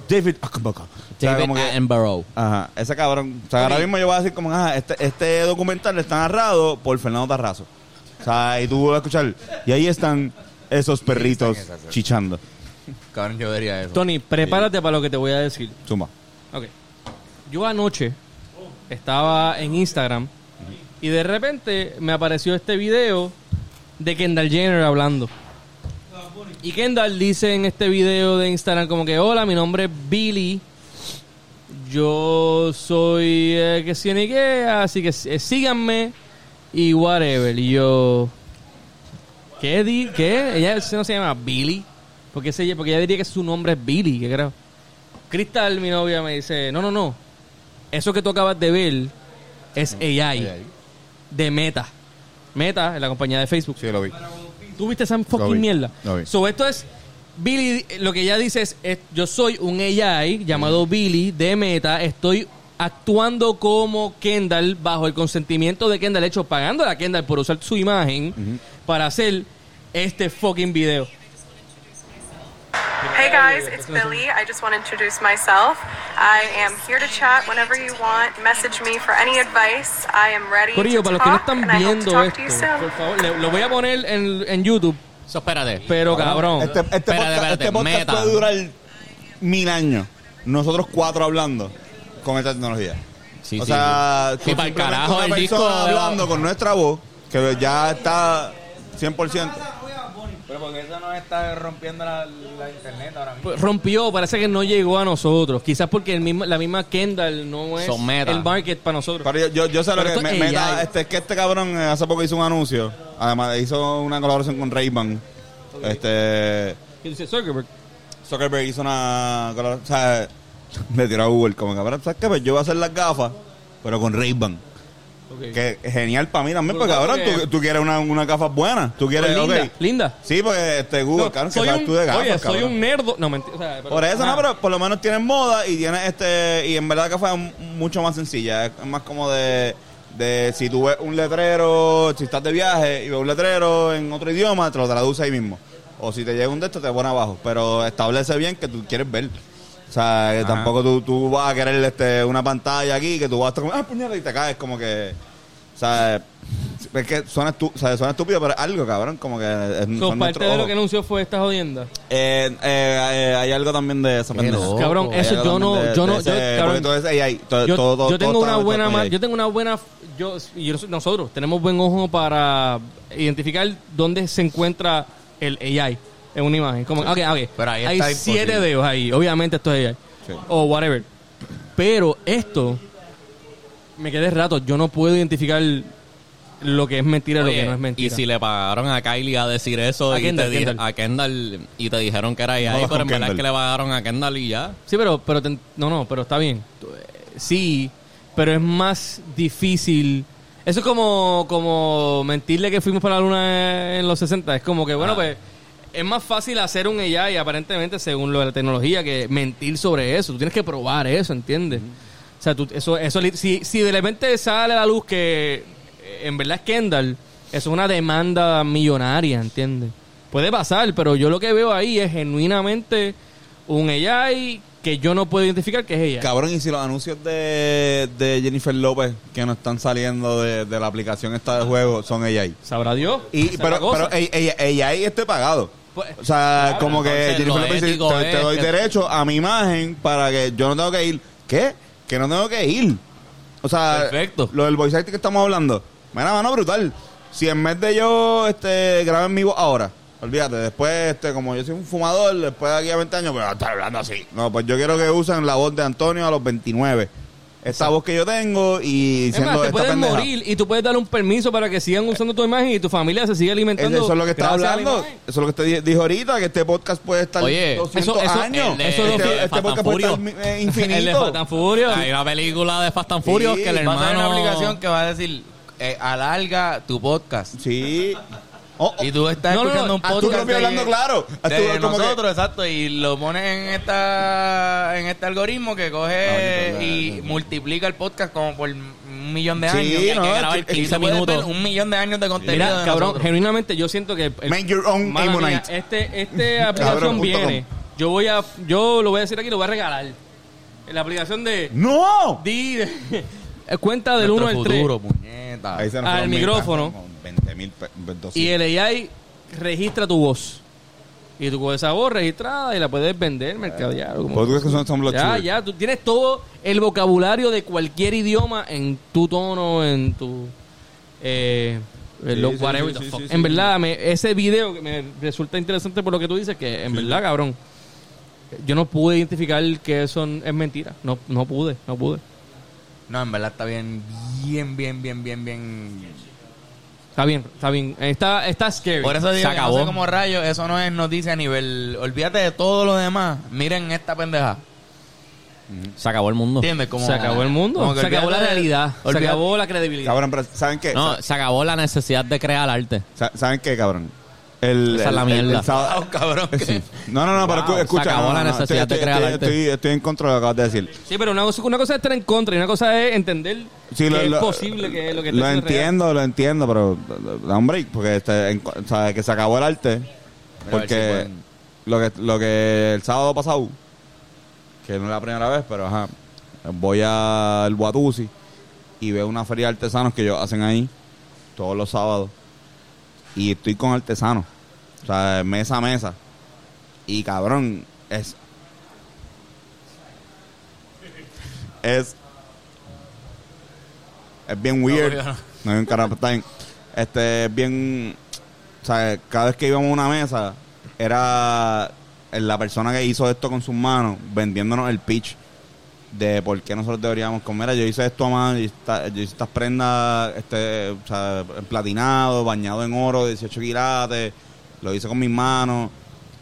David Attenborough. O sea, David como que- Attenborough. Ajá, ese cabrón. O sea, ahora mismo yo voy a decir como, ajá, este, este documental está narrado por Fernando Tarrazo. O sea, y tú vas a escuchar, y ahí están esos perritos chichando. Cabrón, yo vería eso. Tony, prepárate para lo que te voy a decir. Suma. Ok. Yo anoche estaba en Instagram y de repente me apareció este video de Kendall Jenner hablando. Y Kendall dice en este video de Instagram como que, hola, mi nombre es Billy. Yo soy eh, que si ni qué, así que eh, síganme y whatever. Y yo... ¿Qué? Di ¿Qué? Ella no se llama Billy. Porque, se, porque ella diría que su nombre es Billy, que creo. Cristal, mi novia, me dice, no, no, no. Eso que tú acabas de ver es AI de Meta. Meta, la compañía de Facebook. Sí, lo vi. Tú viste esa Lo vi, fucking mierda. lo vi. So, esto es. Billy, lo que ella dice es, es, yo soy un AI llamado Billy de Meta, estoy actuando como Kendall bajo el consentimiento de Kendall, de hecho pagando a Kendall por usar su imagen para hacer este fucking video. Hey guys, it's Billy. I just want to introduce myself. I am here to chat whenever you want. Message me for any advice. I am ready Corillo, to para los talk, que no están and I hope to viendo talk to esto, you soon. por favor, le- lo voy a poner en, en YouTube, Eso, espérate. pero cabrón. Este, este Espérate, podcast, espérate, este podcast meta. puede durar mil años. Nosotros cuatro hablando con esta tecnología. Sí, o sí, sea, sí. Sí, pa'l simplemente carajo, una el disco- persona hablando con nuestra voz, que ya está 100%. Pero porque eso no está rompiendo la, internet ahora mismo. Pues, rompió, parece que no llegó a nosotros. Quizás porque el mismo, la misma Kendall no es Son meta. el market para nosotros. Pero yo, yo, yo sé lo Pero que esto me, es me da- AI. este, es que este cabrón eh, hace poco hizo un anuncio. Además, hizo una colaboración con Ray-Ban. Este. ¿Qué dice Zuckerberg? Eh, Zuckerberg hizo una. colabora- O sea, le tiró a Google como cabrón. ¿Sabes qué? Pues yo voy a hacer las gafas, pero con Ray-Ban. Ok. Que genial para mí también, porque Brutal, cabrón, porque- tú, tú quieres una, una gafas buena. Tú quieres. Pues linda, ok. linda. Sí, porque este Google, No, cabrón, que soy sabes un- tú de gafas. Oye, soy cabrón. un nerdo. No, mentira. o sea, pero- Por eso Ajá. no, pero por lo menos tienen moda y tienen este. Y en verdad que fue m- mucho más sencilla. Es más como de. De si tú ves un letrero, si estás de viaje y ves un letrero en otro idioma, te lo traduce ahí mismo. O si te llega un de estos, te pone abajo. Pero establece bien que tú quieres ver. O sea, que tampoco tú, tú vas a querer este, una pantalla aquí, que tú vas a estar como, ah, puñeta, y te caes como que. O sea, Es que suena, estu- o sea, suena estúpido, pero es algo, cabrón. Como que es, son So, parte nuestros de lo ojos. que anunció fue esta jodienda. Eh, eh, eh, hay algo también de esa pendeja. loco. Cabrón, Hay eso algo yo no, también de- yo de no, ese- yo, porque cabrón, todo es AI, todo- yo, todo- yo todo tengo está una basado buena, en ma- AI. yo tengo una buena, yo, y yo- nosotros tenemos buen ojo para identificar dónde se encuentra el AI en una imagen. Como, ok, ok, Pero ahí hay está siete imposible. dedos ahí, obviamente esto es AI Sí. o whatever. Pero esto, me quedé rato, yo no puedo identificar lo que es mentira y lo que no es y mentira. si le pagaron a Kylie a decir eso A y, Kendall, te di- Kendall. a Kendall y te dijeron que era ella, Jodas pero con en verdad es Kendall. que le pagaron a Kendall y ya. Sí, pero, pero te- no, no, pero está bien. Tú, eh, Sí, pero es más difícil. Eso es como, como mentirle que fuimos para la luna en los 60. Es como que, bueno, Ah. pues es más fácil hacer un AI, aparentemente, según lo de la tecnología, que mentir sobre eso. Tú tienes que probar eso, ¿entiendes? O sea, tú- eso, eso, li- si, si de repente sale a la luz que eh, en verdad es Kendall, eso es una demanda millonaria, ¿entiendes? Puede pasar, pero yo lo que veo ahí es genuinamente un AI que yo no puedo identificar que es ella. Cabrón, y si los anuncios de, de Jennifer López que no están saliendo de, de la aplicación esta de juego son AI. Sabrá Dios. Y, Esa es la pero cosa. pero eh, ey- ey- ey, ahí esté pagado. Pues, o sea, como que entonces, Jennifer lo López dice, ético te, te es doy que- derecho a mi imagen para que yo no tengo que ir. ¿Qué? Que no tengo que ir. O sea, Perfecto. lo del voice acting que estamos hablando. Mira, mano, brutal. Si en vez de yo este, grabar en vivo ahora, olvídate, después, este, como yo soy un fumador, después de aquí a 20 años, pero estar hablando así. No, pues yo quiero que usen la voz de Antonio a los 29. Esta voz que yo tengo y Es más, siendo te esta puedes pendeja. morir y tú puedes dar un permiso para que sigan usando tu imagen y tu familia se sigue Es- alimentando. Eso es lo que estaba gracias a la hablando. Eso imagen. es lo que usted di- dijo ahorita, que este podcast puede estar Oye, 200 eso- eso- años. el de- Este- el de este, Fast and podcast puede estar Furious. mi- eh, El de Fast infinito. and Furious. Hay una película de Fast and Furious Sí, que el va Va a hermano... tener una aplicación que va a decir, eh, alarga tu podcast. sí. Oh, oh, Y tú estás No, no, no, escuchando un haz tú podcast. propio hablando de- claro. Haz tú de como que- nosotros, exacto. Y lo pones en esta en este algoritmo que coge No, no, y no, no. multiplica el podcast como por un millón de Sí, años. Y hay no, que grabar es que- 15 es que puedes ver minutos. Un millón de años de contenido. Mira, de cabrón, nosotros. genuinamente yo siento que el- Make your own Mala mía, Ammonite. este este aplicación Cabrón, punto viene. Yo voy a yo lo voy a decir aquí, lo voy a regalar. La aplicación de ¡No! di cuenta del 1 Nuestro al 3 futuro, pues, puñeta. Ahí se nos Al fueron mil micrófono. pesos, como 20 mil pe- 200. y el AI registra tu voz. Y tú con esa voz registrada y la puedes vender, mercadear o como- ¿Tú crees que son- son los Ya, chulos? ya, tú tienes todo el vocabulario de cualquier idioma en tu tono, en tu. Eh, eh, lo- sí, whatever sí, the sí, fuck. sí, sí. en verdad, me- ese video que me resulta interesante por lo que tú dices, que en verdad, cabrón, yo no pude identificar que eso es mentira. No, no pude, no pude. No, en verdad está bien, bien, bien, bien, bien, bien. Está bien, está bien. Está, está scary. Por eso digo, Se que no acabó. sé cómo rayos, eso no es noticia a nivel. Olvídate de todo lo demás. Miren esta pendeja. Se acabó el mundo. ¿Entiendes? Como- se acabó el mundo, como que se acabó la olvídate de- realidad, se olvídate- acabó la credibilidad. Cabrón, pero ¿saben qué? No, se acabó la necesidad de crear arte. Sa- ¿Saben qué, cabrón? El, Esa es la el- el- el mierda. sábado- Ah, cabrón. que- Sí. No, no, no, pero Wow, escu- escucha. se acabó no, no, la no, necesidad estoy- de crear estoy- arte. estoy- Estoy en contra de lo que acabas de decir. Sí, pero una cosa, una cosa es estar en contra y una cosa es entender Sí, que lo, es lo- posible que lo que está lo haciendo es real. entiendo, lo entiendo, pero da un break porque este, en- o sea, que se acabó el arte ver porque si pueden. lo que lo que el sábado pasado que no es la primera vez, pero ajá, voy al Guatusi y veo una feria de artesanos que ellos hacen ahí todos los sábados y estoy con artesanos, o sea, mesa a mesa y cabrón es es es bien weird. yo no. No hay un carajo. está bien. Este, es bien. O sea, cada vez que íbamos a una mesa, era la persona que hizo esto con sus manos, vendiéndonos el pitch de por qué nosotros deberíamos comer. Yo hice esto a mano, yo hice, esta- yo hice estas prendas, este, o sea, platinado, bañado en oro, 18 quilates, lo hice con mis manos.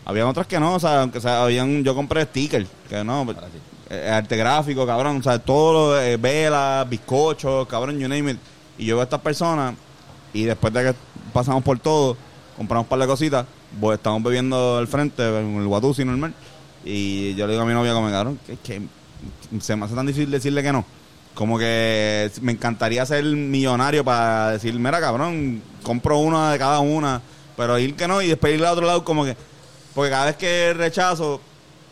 Habían otras que no, o sea, aunque sea, habían, yo compré stickers, que no, eh, arte gráfico, cabrón, o sea, todo, lo, eh, velas, bizcochos, cabrón, you name it. Y yo veo a estas personas y después de que pasamos por todo, compramos un par de cositas, pues estamos bebiendo al frente, en el guatusi normal. Y yo le digo a mi novia, como, cabrón, que, que se me hace tan difícil decirle que no. Como que me encantaría ser millonario para decir, mira, cabrón, compro una de cada una, pero ir que no y después ir al otro lado, como que. Porque cada vez que rechazo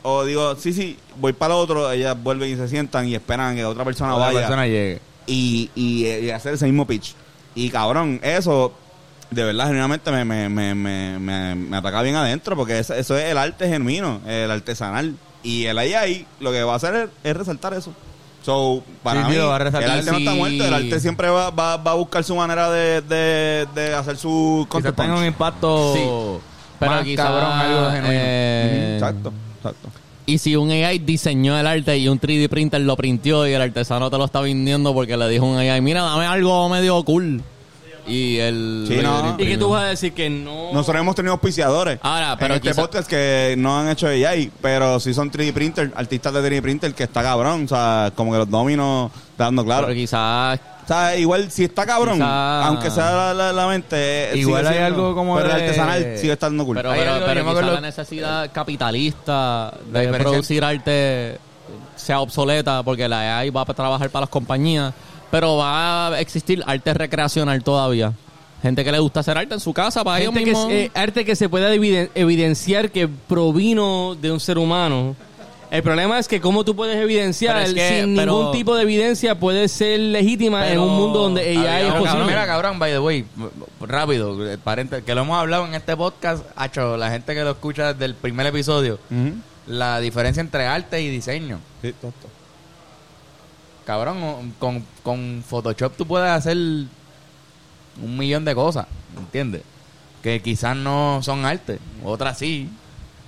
o digo, sí, sí, voy para el otro, ellas vuelven y se sientan y esperan que otra persona Otra vaya persona llegue. y, y, y hacer eh, ese mismo pitch. Y cabrón, eso de verdad generalmente me, me, me, me, me- me ataca bien adentro porque es- eso es el arte genuino, el artesanal. Y el ahí ahí lo que va a hacer es, es resaltar eso. So, para Sí, mí, sí, lo va a el resaltar. arte no está Sí. muerto, el arte siempre va, va, va a buscar su manera de, de, de hacer su Quizás counterpunch. tenga un impacto Pero más quizá, cabrón, algo genuino. eh, Exacto, exacto. Y si un AI diseñó el arte y un 3D printer lo printió y el artesano te lo está vendiendo porque le dijo un AI, mira, dame algo medio cool. Y el... Sí, no. ¿Y que tú vas a decir que no? Nosotros hemos tenido auspiciadores Ahora, pero en este quizá- podcast que no han hecho AI, pero sí son 3D printer, artistas de 3D printer que está cabrón, o sea, como que los dominos dando claro. Pero quizás... O sea, igual si está cabrón, Quizá- aunque sea la, la- la mente, eh, Igual sigue hay algo como pero el de- artesanal sigue estando cool. Pero, Hay pero, algo, pero yo me quizá acuerdo- la necesidad capitalista La de diferencia- producir arte sea obsoleta porque la AI va a trabajar para las compañías, pero va a existir arte recreacional todavía. Gente que le gusta hacer arte en su casa para ellos Gente que, mismos. se- eh, arte que se pueda eviden- evidenciar que provino de un ser humano. El problema es que cómo tú puedes evidenciar Pero es que- sin pero- ningún tipo de evidencia puede ser legítima Pero- en un mundo donde Había AI es un Cabrón, posible. mira, cabrón, by the way, rápido, eh, paréntesis, que lo hemos hablado en este podcast, hacho, la gente que lo escucha desde el primer episodio, Ujú. la diferencia entre arte y diseño. Sí, exacto. Cabrón, o- con, con Photoshop tú puedes hacer un millón de cosas, ¿entiendes? Que quizás no son arte, otras sí,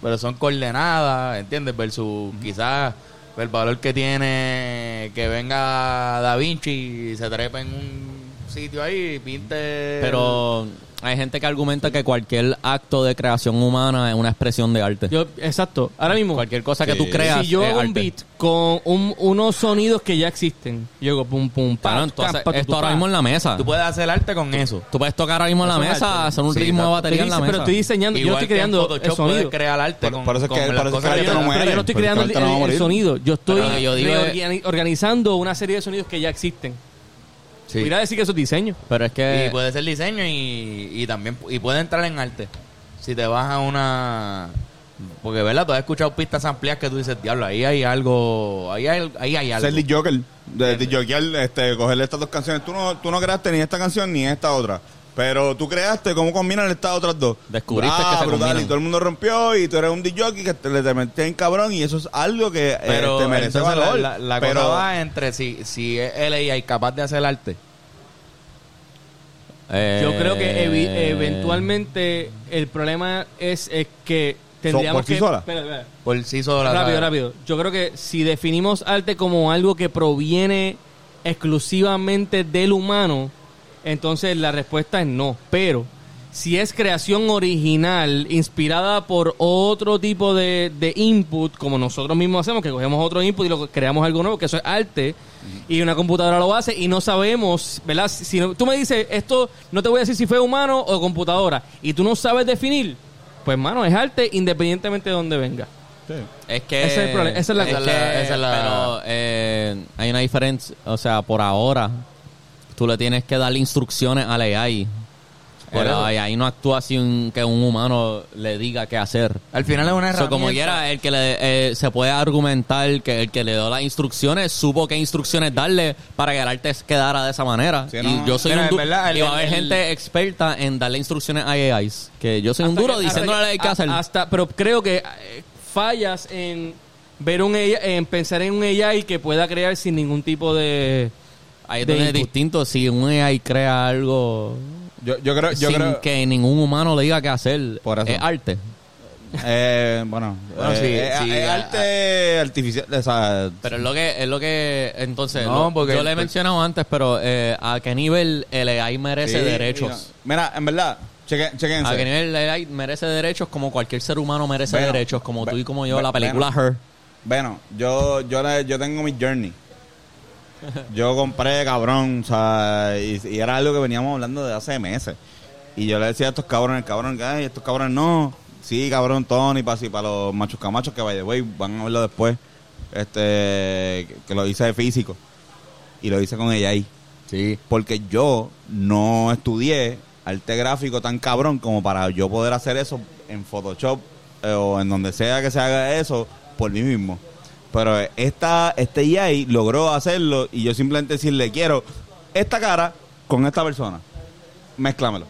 pero son coordenadas, ¿entiendes? Versus quizás el valor que tiene que venga Da Vinci y se trepe en un sitio ahí y pinte... Pero hay gente que argumenta que cualquier acto de creación humana es una expresión de arte. Yo- exacto. Ahora mismo, cualquier cosa que tú Sí. creas. si yo es hago un arte. beat con un- unos sonidos que ya existen, yo digo pum pum Claro, pa, tú haces pa, pa, tu, esto tu, ahora pa. mismo en la mesa. Tú puedes hacer arte con eso. Tú puedes tocar ahora mismo en la Eso es mesa, arte. hacer un Sí, ritmo de exacto. batería Estoy en la dice- mesa. pero estoy diseñando, yo Igual estoy que en creando el Photoshop puedes sonido. crear arte Por- con, por eso es con que- por las eso es cosas que que la gente yo- no muere. Pero yo no estoy Porque creando el, ahorita no va a el morir. sonido. Yo estoy Pero yo digo- reorgani- organizando una serie de sonidos que ya existen. Sí. Mira decir que eso es diseño. Pero es que. Y pues, puede ser diseño y, y también y puede entrar en arte. Si te vas a una... Porque, ¿verdad? Tú has escuchado pistas amplias que tú dices, diablo, ahí hay algo... Ahí hay, ahí hay algo. Ser eh, disc joker, de disc jockey, este, cogerle estas dos canciones. Tú no, tú no creaste ni esta canción ni esta otra. Pero tú creaste cómo combinan estas otras dos. Ah, Descubriste que se combinan. Y todo el mundo rompió y tú eres un disc jockey que te, le te metiste en cabrón y eso es algo que eh, pero te merece entonces la- valor. la, la pero cosa va entre si, si es LAI capaz de hacer arte. eh, Yo creo que evi- Eh. eventualmente el problema es, es que tendríamos por sí que. sola. Espera, espera. Por sí sola. Rápido, ¿sabes? rápido. Yo creo que si definimos arte como algo que proviene exclusivamente del humano, entonces la respuesta es no. Pero si es creación original, inspirada por otro tipo de, de input, como nosotros mismos hacemos, que cogemos otro input y lo creamos algo nuevo, que eso es arte, y una computadora lo hace y no sabemos, ¿verdad? Si, si no- tú me dices, esto no te voy a decir si fue humano o computadora, y tú no sabes definir, pues mano, es arte independientemente de dónde venga. Es que. Ese es el problema, esa es la que- cosa. Esa es la- Pero eh, hay una diferencia. O sea, por ahora, tú le tienes que dar instrucciones al AI. Pero Claro. AI no actúa sin que un humano le diga qué hacer. Al final es una O sea, herramienta. como quiera, el que le, eh, se puede argumentar que el que le dio las instrucciones supo qué instrucciones darle para que el arte quedara de esa manera. Sí, y no, yo soy mira, un en du- verdad, el- y va a haber el- gente experta en darle instrucciones a AIs. Que yo soy un Hasta duro que- diciéndole hasta qué hacer. Hasta, pero creo que eh, fallas en ver un AI, en pensar en un AI que pueda crear sin ningún tipo de. Ahí es de donde es input. distinto. Si un AI crea algo yo, yo creo, Pues yo sin creo que ningún humano le diga qué hacer, Por eso. es arte. Eh, bueno, Bueno, eh, sí, eh, sí, eh, a- arte artificial, o sea, Pero es lo que, es lo que entonces, No, lo- porque- pues- yo le he mencionado antes, pero eh, ¿a qué nivel el AI merece sí, derechos? Mira, en verdad, cheque, chequense. A qué nivel el AI merece derechos como cualquier ser humano merece Bueno, derechos, como ve- tú y como yo, ve- la película Her. Bueno, yo, yo, la- yo tengo mi journey. Yo compré, cabrón, o sea, y, y era algo que veníamos hablando de hace meses. Y yo le decía a estos cabrones, cabrón, que, ay, estos cabrones no. Sí, cabrón, Tony, para, para los machos camachos que, by the way, van a verlo después. Este, que, que lo hice de físico. Y lo hice con ella ahí. Sí. porque yo no estudié arte gráfico tan cabrón como para yo poder hacer eso en Photoshop eh, o en donde sea que se haga eso por mí mismo. Pero eh, esta, este EA logró hacerlo y yo simplemente decirle quiero esta cara con esta persona. mezclámelo.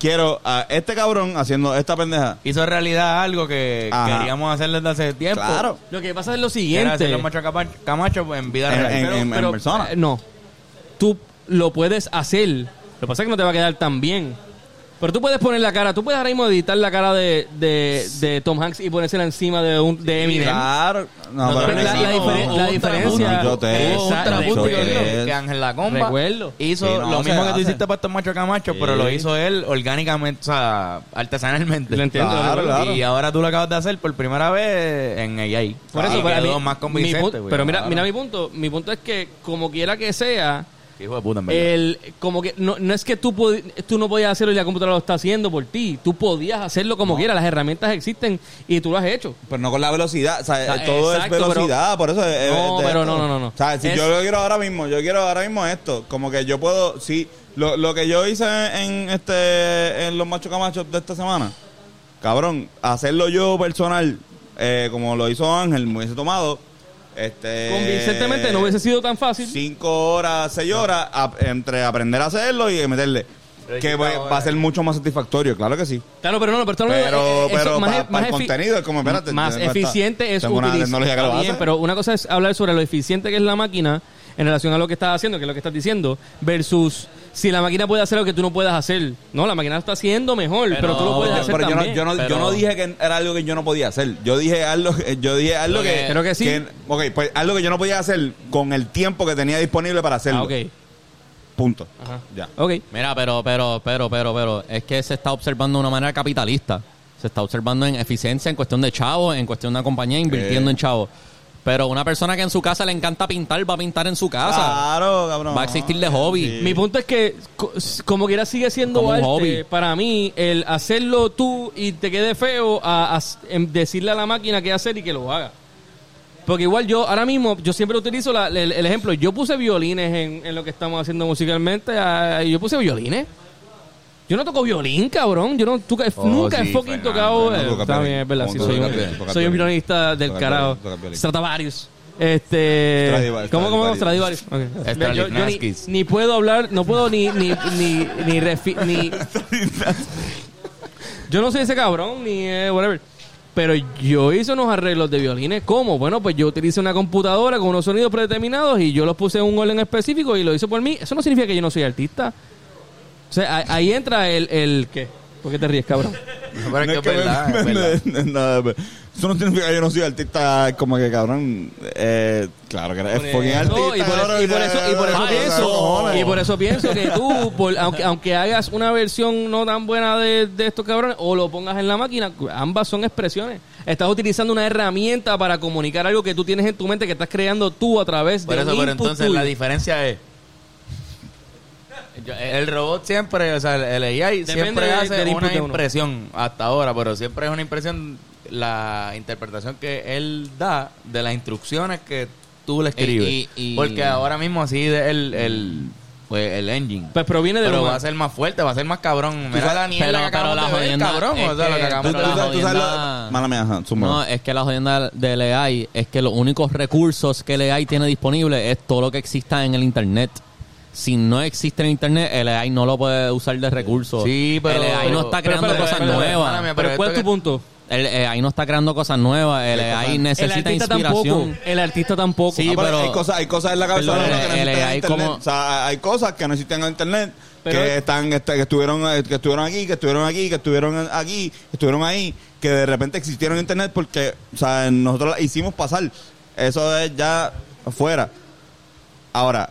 Quiero a este cabrón haciendo esta pendeja. Hizo realidad algo que Ajá. queríamos hacer desde hace tiempo. este- Claro. Lo que pasa es lo Era siguiente. hacerlo en Macho Capa- Camacho pues, en vida En- real. en- Pero- en persona. eh, no. Tú lo puedes hacer. Lo que pasa es que no te va a quedar tan bien. Pero tú puedes poner la cara. Tú puedes ahora mismo editar la cara de, de, de Tom Hanks y ponérsela encima de, un, de Eminem. Claro. No, pero pero la- no la existe. diferen- hubo la un diferencia- trabuco. Yo te- Hubo un Exacto. trabuco, Yo yo te- creo que Ángel Lacomba Recuerdo. hizo Sí, no, lo se mismo que tú hace. hiciste para estos machos camachos, pero lo hizo él orgánicamente, o sea, artesanalmente. Lo entiendo, lo recuerdo. Y ahora tú lo acabas de hacer por primera vez en AI. Por eso, Y pero a quedó mí- más mi convincente, pun- güey. Pero mira, Claro. mira mi punto. Mi punto es que, como quiera que sea, Hijo de puta, en verdad. el, como que no, no es que tú, pod- tú no podías hacerlo y la computadora lo está haciendo por ti. Tú podías hacerlo como quiera. Las herramientas existen y tú lo has hecho. Pero Pues no con la velocidad, o sea, Está- todo exacto, es pero- velocidad, por eso es- es- No, es- pero no, no, no, no. O sea, si Es- yo lo quiero ahora mismo, yo quiero ahora mismo esto, como que yo puedo, sí, lo, lo que yo hice en este en los Macho Camachos de esta semana, cabrón, hacerlo yo personal, eh, como lo hizo Ángel, me hubiese tomado este Convincentemente no hubiese Eh, sido tan fácil. cinco horas, seis horas a- entre aprender a hacerlo y meterle. Que va, va a ser mucho más satisfactorio, claro que sí. Claro, pero no, no, pero, esto no- Pero- eh, eso pero pa- pa el efi- contenido es como, espérate, Más tengo esta- eficiente es tengo una utilizar- tecnología que lo Está hace. bien, pero una cosa es hablar sobre lo eficiente que es la máquina en relación a lo que estás haciendo, que es lo que estás diciendo, versus si la máquina puede hacer lo que tú no puedas hacer. No, la máquina lo está haciendo mejor, pero, tú lo puedes Pero- hacer pero yo no, también. yo no- yo pero- no dije que era algo que yo no podía hacer. Yo dije algo, eh, yo dije algo Lo que, que- creo que sí. ok, pues algo que yo no podía hacer con el tiempo que tenía disponible para hacerlo. Ah, ok. Punto. Ajá. Ya. Ok. Mira, pero, pero, pero, pero, pero, es que se está observando de una manera capitalista. Se está observando en eficiencia, en cuestión de chavos, en cuestión de una compañía invirtiendo Eh. en chavos. Pero una persona que en su casa le encanta pintar, va a pintar en su casa. Claro, cabrón. Va a existir de hobby. Sí. Mi punto es que, co- como quiera, sigue siendo Como un arte. hobby. Para mí, el hacerlo tú y te quede feo, a, a- en decirle a la máquina qué hacer y que lo haga. Porque igual yo, ahora mismo, yo siempre utilizo la- el, el ejemplo. Yo puse violines en, en lo que estamos haciendo musicalmente. ah, yo puse violines. Yo no toco violín, cabrón. Yo no toca- Oh, nunca he sí, fucking Fernando, tocado. ah, no eh, tocas está violín. bien, es verdad. sí, No soy, tocas un, violín, tocas soy un violín. violista del Tocas carajo. violín, tocas violín. Stradivarius. Este. Stradivarius, ¿Cómo, cómo? Stradivarius. Stradivarius. Ok. Ve, Están yo- yo ni, Litnaskis. ni puedo hablar, no puedo ni ni ni ni, refi- ni- yo no soy ese cabrón ni eh, whatever. Pero yo hice unos arreglos de violines. ¿Cómo? Bueno, pues yo utilicé una computadora con unos sonidos predeterminados y yo los puse en un orden específico y lo hizo por mí. Eso no significa que yo no soy artista. O sea, ahí- ahí entra el, el ¿qué? ¿Por qué te ríes, cabrón? Pero es No que es es que me- verdad, es me- verdad. me- nada, me- Eso no significa que yo no soy artista, como que cabrón. eh, claro que eres fucking artista. No, y por eso- y por eso y por eso cabrón, pienso cojones. y por eso pienso que tú por- aunque, aunque hagas una versión no tan buena de, de estos cabrones o lo pongas en la máquina ambas son expresiones estás utilizando una herramienta para comunicar algo que tú tienes en tu mente que estás creando tú a través Por de eso, un pero input entonces tuyo. la diferencia es. yo- eh, El robot siempre, o sea, el el AI Depende siempre de- hace del input una de uno. impresión hasta ahora, pero siempre es una impresión la interpretación que él da de las instrucciones que tú le escribes. y- y- Porque ahora mismo así de- el, el, pues, el engine. pues proviene de pero lo va a más- ser más fuerte, va a ser más cabrón. Mira la mierda pero- que acabamos pero la de ver, jodienda cabrón. es O sea, lo que que Tú, acabamos tú- de la ver. tú sabes- tú sabes jodienda- lo- Mala mía, ajá, zumba. No, es que la jodienda del AI es que los únicos recursos que el AI tiene disponible es todo lo que exista en el Internet. Si no existe en el Internet, el AI no lo puede usar de recurso. Sí, pero- El AI no está pero, creando pero, cosas pero, pero, nuevas. mala mía, pero pero cuál es esto tu que- punto El AI eh, no está creando cosas nuevas. El AI el necesita artista tampoco inspiración. el artista tampoco pues, Sí, Ah, pero pero- hay cosas, hay cosas en la cabeza Pero, de uno que no eh, existen en hay internet. como- O sea, hay cosas que no existen en internet Pero- que están, este, que estuvieron, eh, que estuvieron aquí, que estuvieron aquí, que estuvieron aquí, que estuvieron ahí, que de repente existieron en internet porque, o sea, nosotros las hicimos pasar. Eso es ya afuera. Ahora,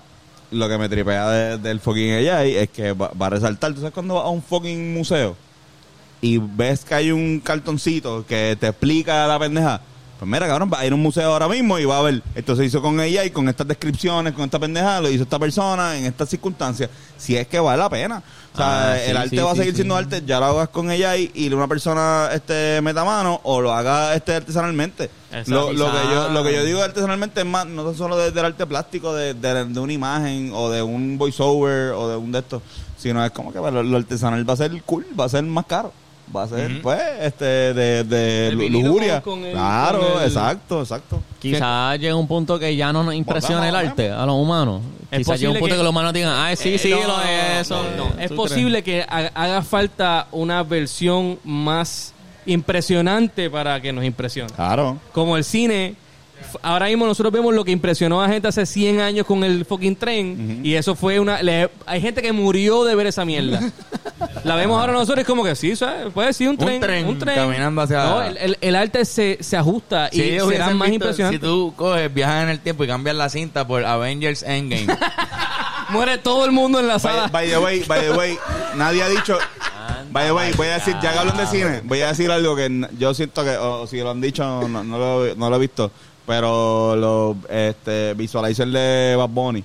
lo que me tripea de- del fucking AI es que va, va a resaltar. ¿Tú sabes cuando vas a un fucking museo y ves que hay un cartoncito que te explica la pendeja? Pues mira, cabrón, va a ir a un museo ahora mismo y va a ver. Esto se hizo con AI, con estas descripciones, con esta pendeja, lo hizo esta persona en estas circunstancias. Si es que vale la pena. O sea, Ah, sí, el arte sí, va a sí, seguir sí. siendo arte, ya lo hagas con AI y una persona este meta mano o lo haga este artesanalmente. Exacto. Lo, lo que yo, lo que yo digo digo artesanalmente es más, no tan solo de- del arte plástico, de, de- de una imagen o de un voiceover o de un de estos, sino es como que bueno, lo, artesanal va a ser cool, va a ser más caro. Va a ser, pues, este, de, de El lu- vinilo lujuria. con- con el- claro, con el- exacto, exacto. Quizás llegue un punto que ya no nos impresiona Vamos, el vamos. arte a los humanos. Es Quizás llega un posible punto que- que, los manos digan, ay, sí, Eh, sí, no, lo es. eso. no, ¿Tú Es crees? posible que ha- haga falta una versión más impresionante para que nos impresione. Claro. Como el cine. f- Ahora mismo nosotros vemos lo que impresionó a gente hace 100 años con el fucking tren. Y eso fue una. le- hay gente que murió de ver esa mierda. la vemos ahora nosotros y es como que sí, ¿sabes? Puede ser un tren. tren caminando hacia- No, el, el- el arte se, se ajusta Si y ellos será hubiesen más visto- impresionante. Si tú coges, viajas en el tiempo y cambias la cinta por Avengers Endgame. Muere todo el mundo en la sala. By, by the way, by the way, nadie ha dicho. By the way, voy a decir, ya que hablan de cine, voy a decir algo que n- yo siento que, o si lo han dicho, no, no lo, no lo he visto, pero los este, visualizers de Bad Bunny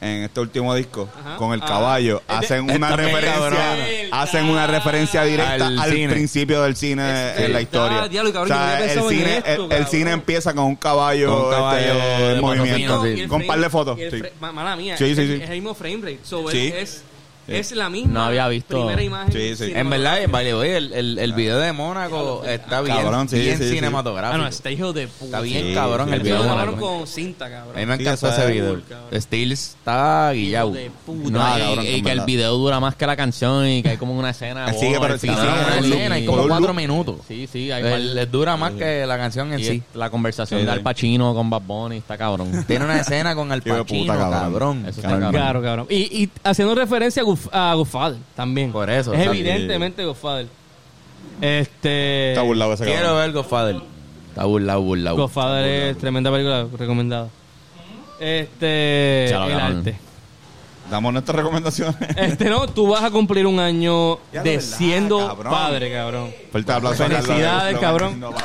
en este último disco Ajá. con el Ah. caballo hacen es una también referencia cabrón. hacen una referencia directa al, Al cine. principio del cine Es en la verdad, historia Este diablo, cabrón, O yo no sea, había el pensado en cine esto, el- el cabrón. cine empieza con un caballo, Con un caballo este, de en mano movimiento fina, No, sí. y el con un par de frame- fotos y el sí. fra- ma- mala mía. Sí, es, sí, el- sí. es el mismo frame rate. So, Sí. es, es, es la misma. No había visto. Primera imagen. Sí, sí. en verdad, en Vale, oye, el, el, el video de Mónaco está bien, Cabrón, sí, bien sí, sí. Ah, cinematográfico. no, está hijo de puta. Está bien Sí, cabrón sí, el sí. video Eso de lo grabaron Mónaco. con cinta, A mí cabrón. me Sí, encantó eso ese es video. cool, cabrón. Steels está guillado. de puta. No, No, y- cabrón, y, en que el verdad. video dura más que la canción y que hay como una escena. Así que boba, pero al sí, final. Hicieron una sí, escena, hay sí. como Por un cuatro loop. minutos. Sí, sí, hay Eh, Les dura más que la canción en y sí. La conversación Sí, de sí. Al Pacino con Bad Bunny está cabrón. Tiene una escena con Al Hijo de puta, Pacino, cabrón. cabrón. Eso está Cabrón. cabrón. Claro, cabrón. Y, y haciendo referencia a, Gof- a Godfather también. Por eso, Es o sea, eh, evidentemente Godfather. Este. está burlado ese cabrón Quiero ver Godfather. Está burlado, burlado. Godfather es tremenda película recomendada. Este. Ya lo El ganaron. arte. Damos nuestras recomendaciones. Este no, tú vas a cumplir un año Ya, de verdad, siendo cabrón. padre, cabrón. Fuerte aplauso. a Carlos Felicidades, López, cabrón. López,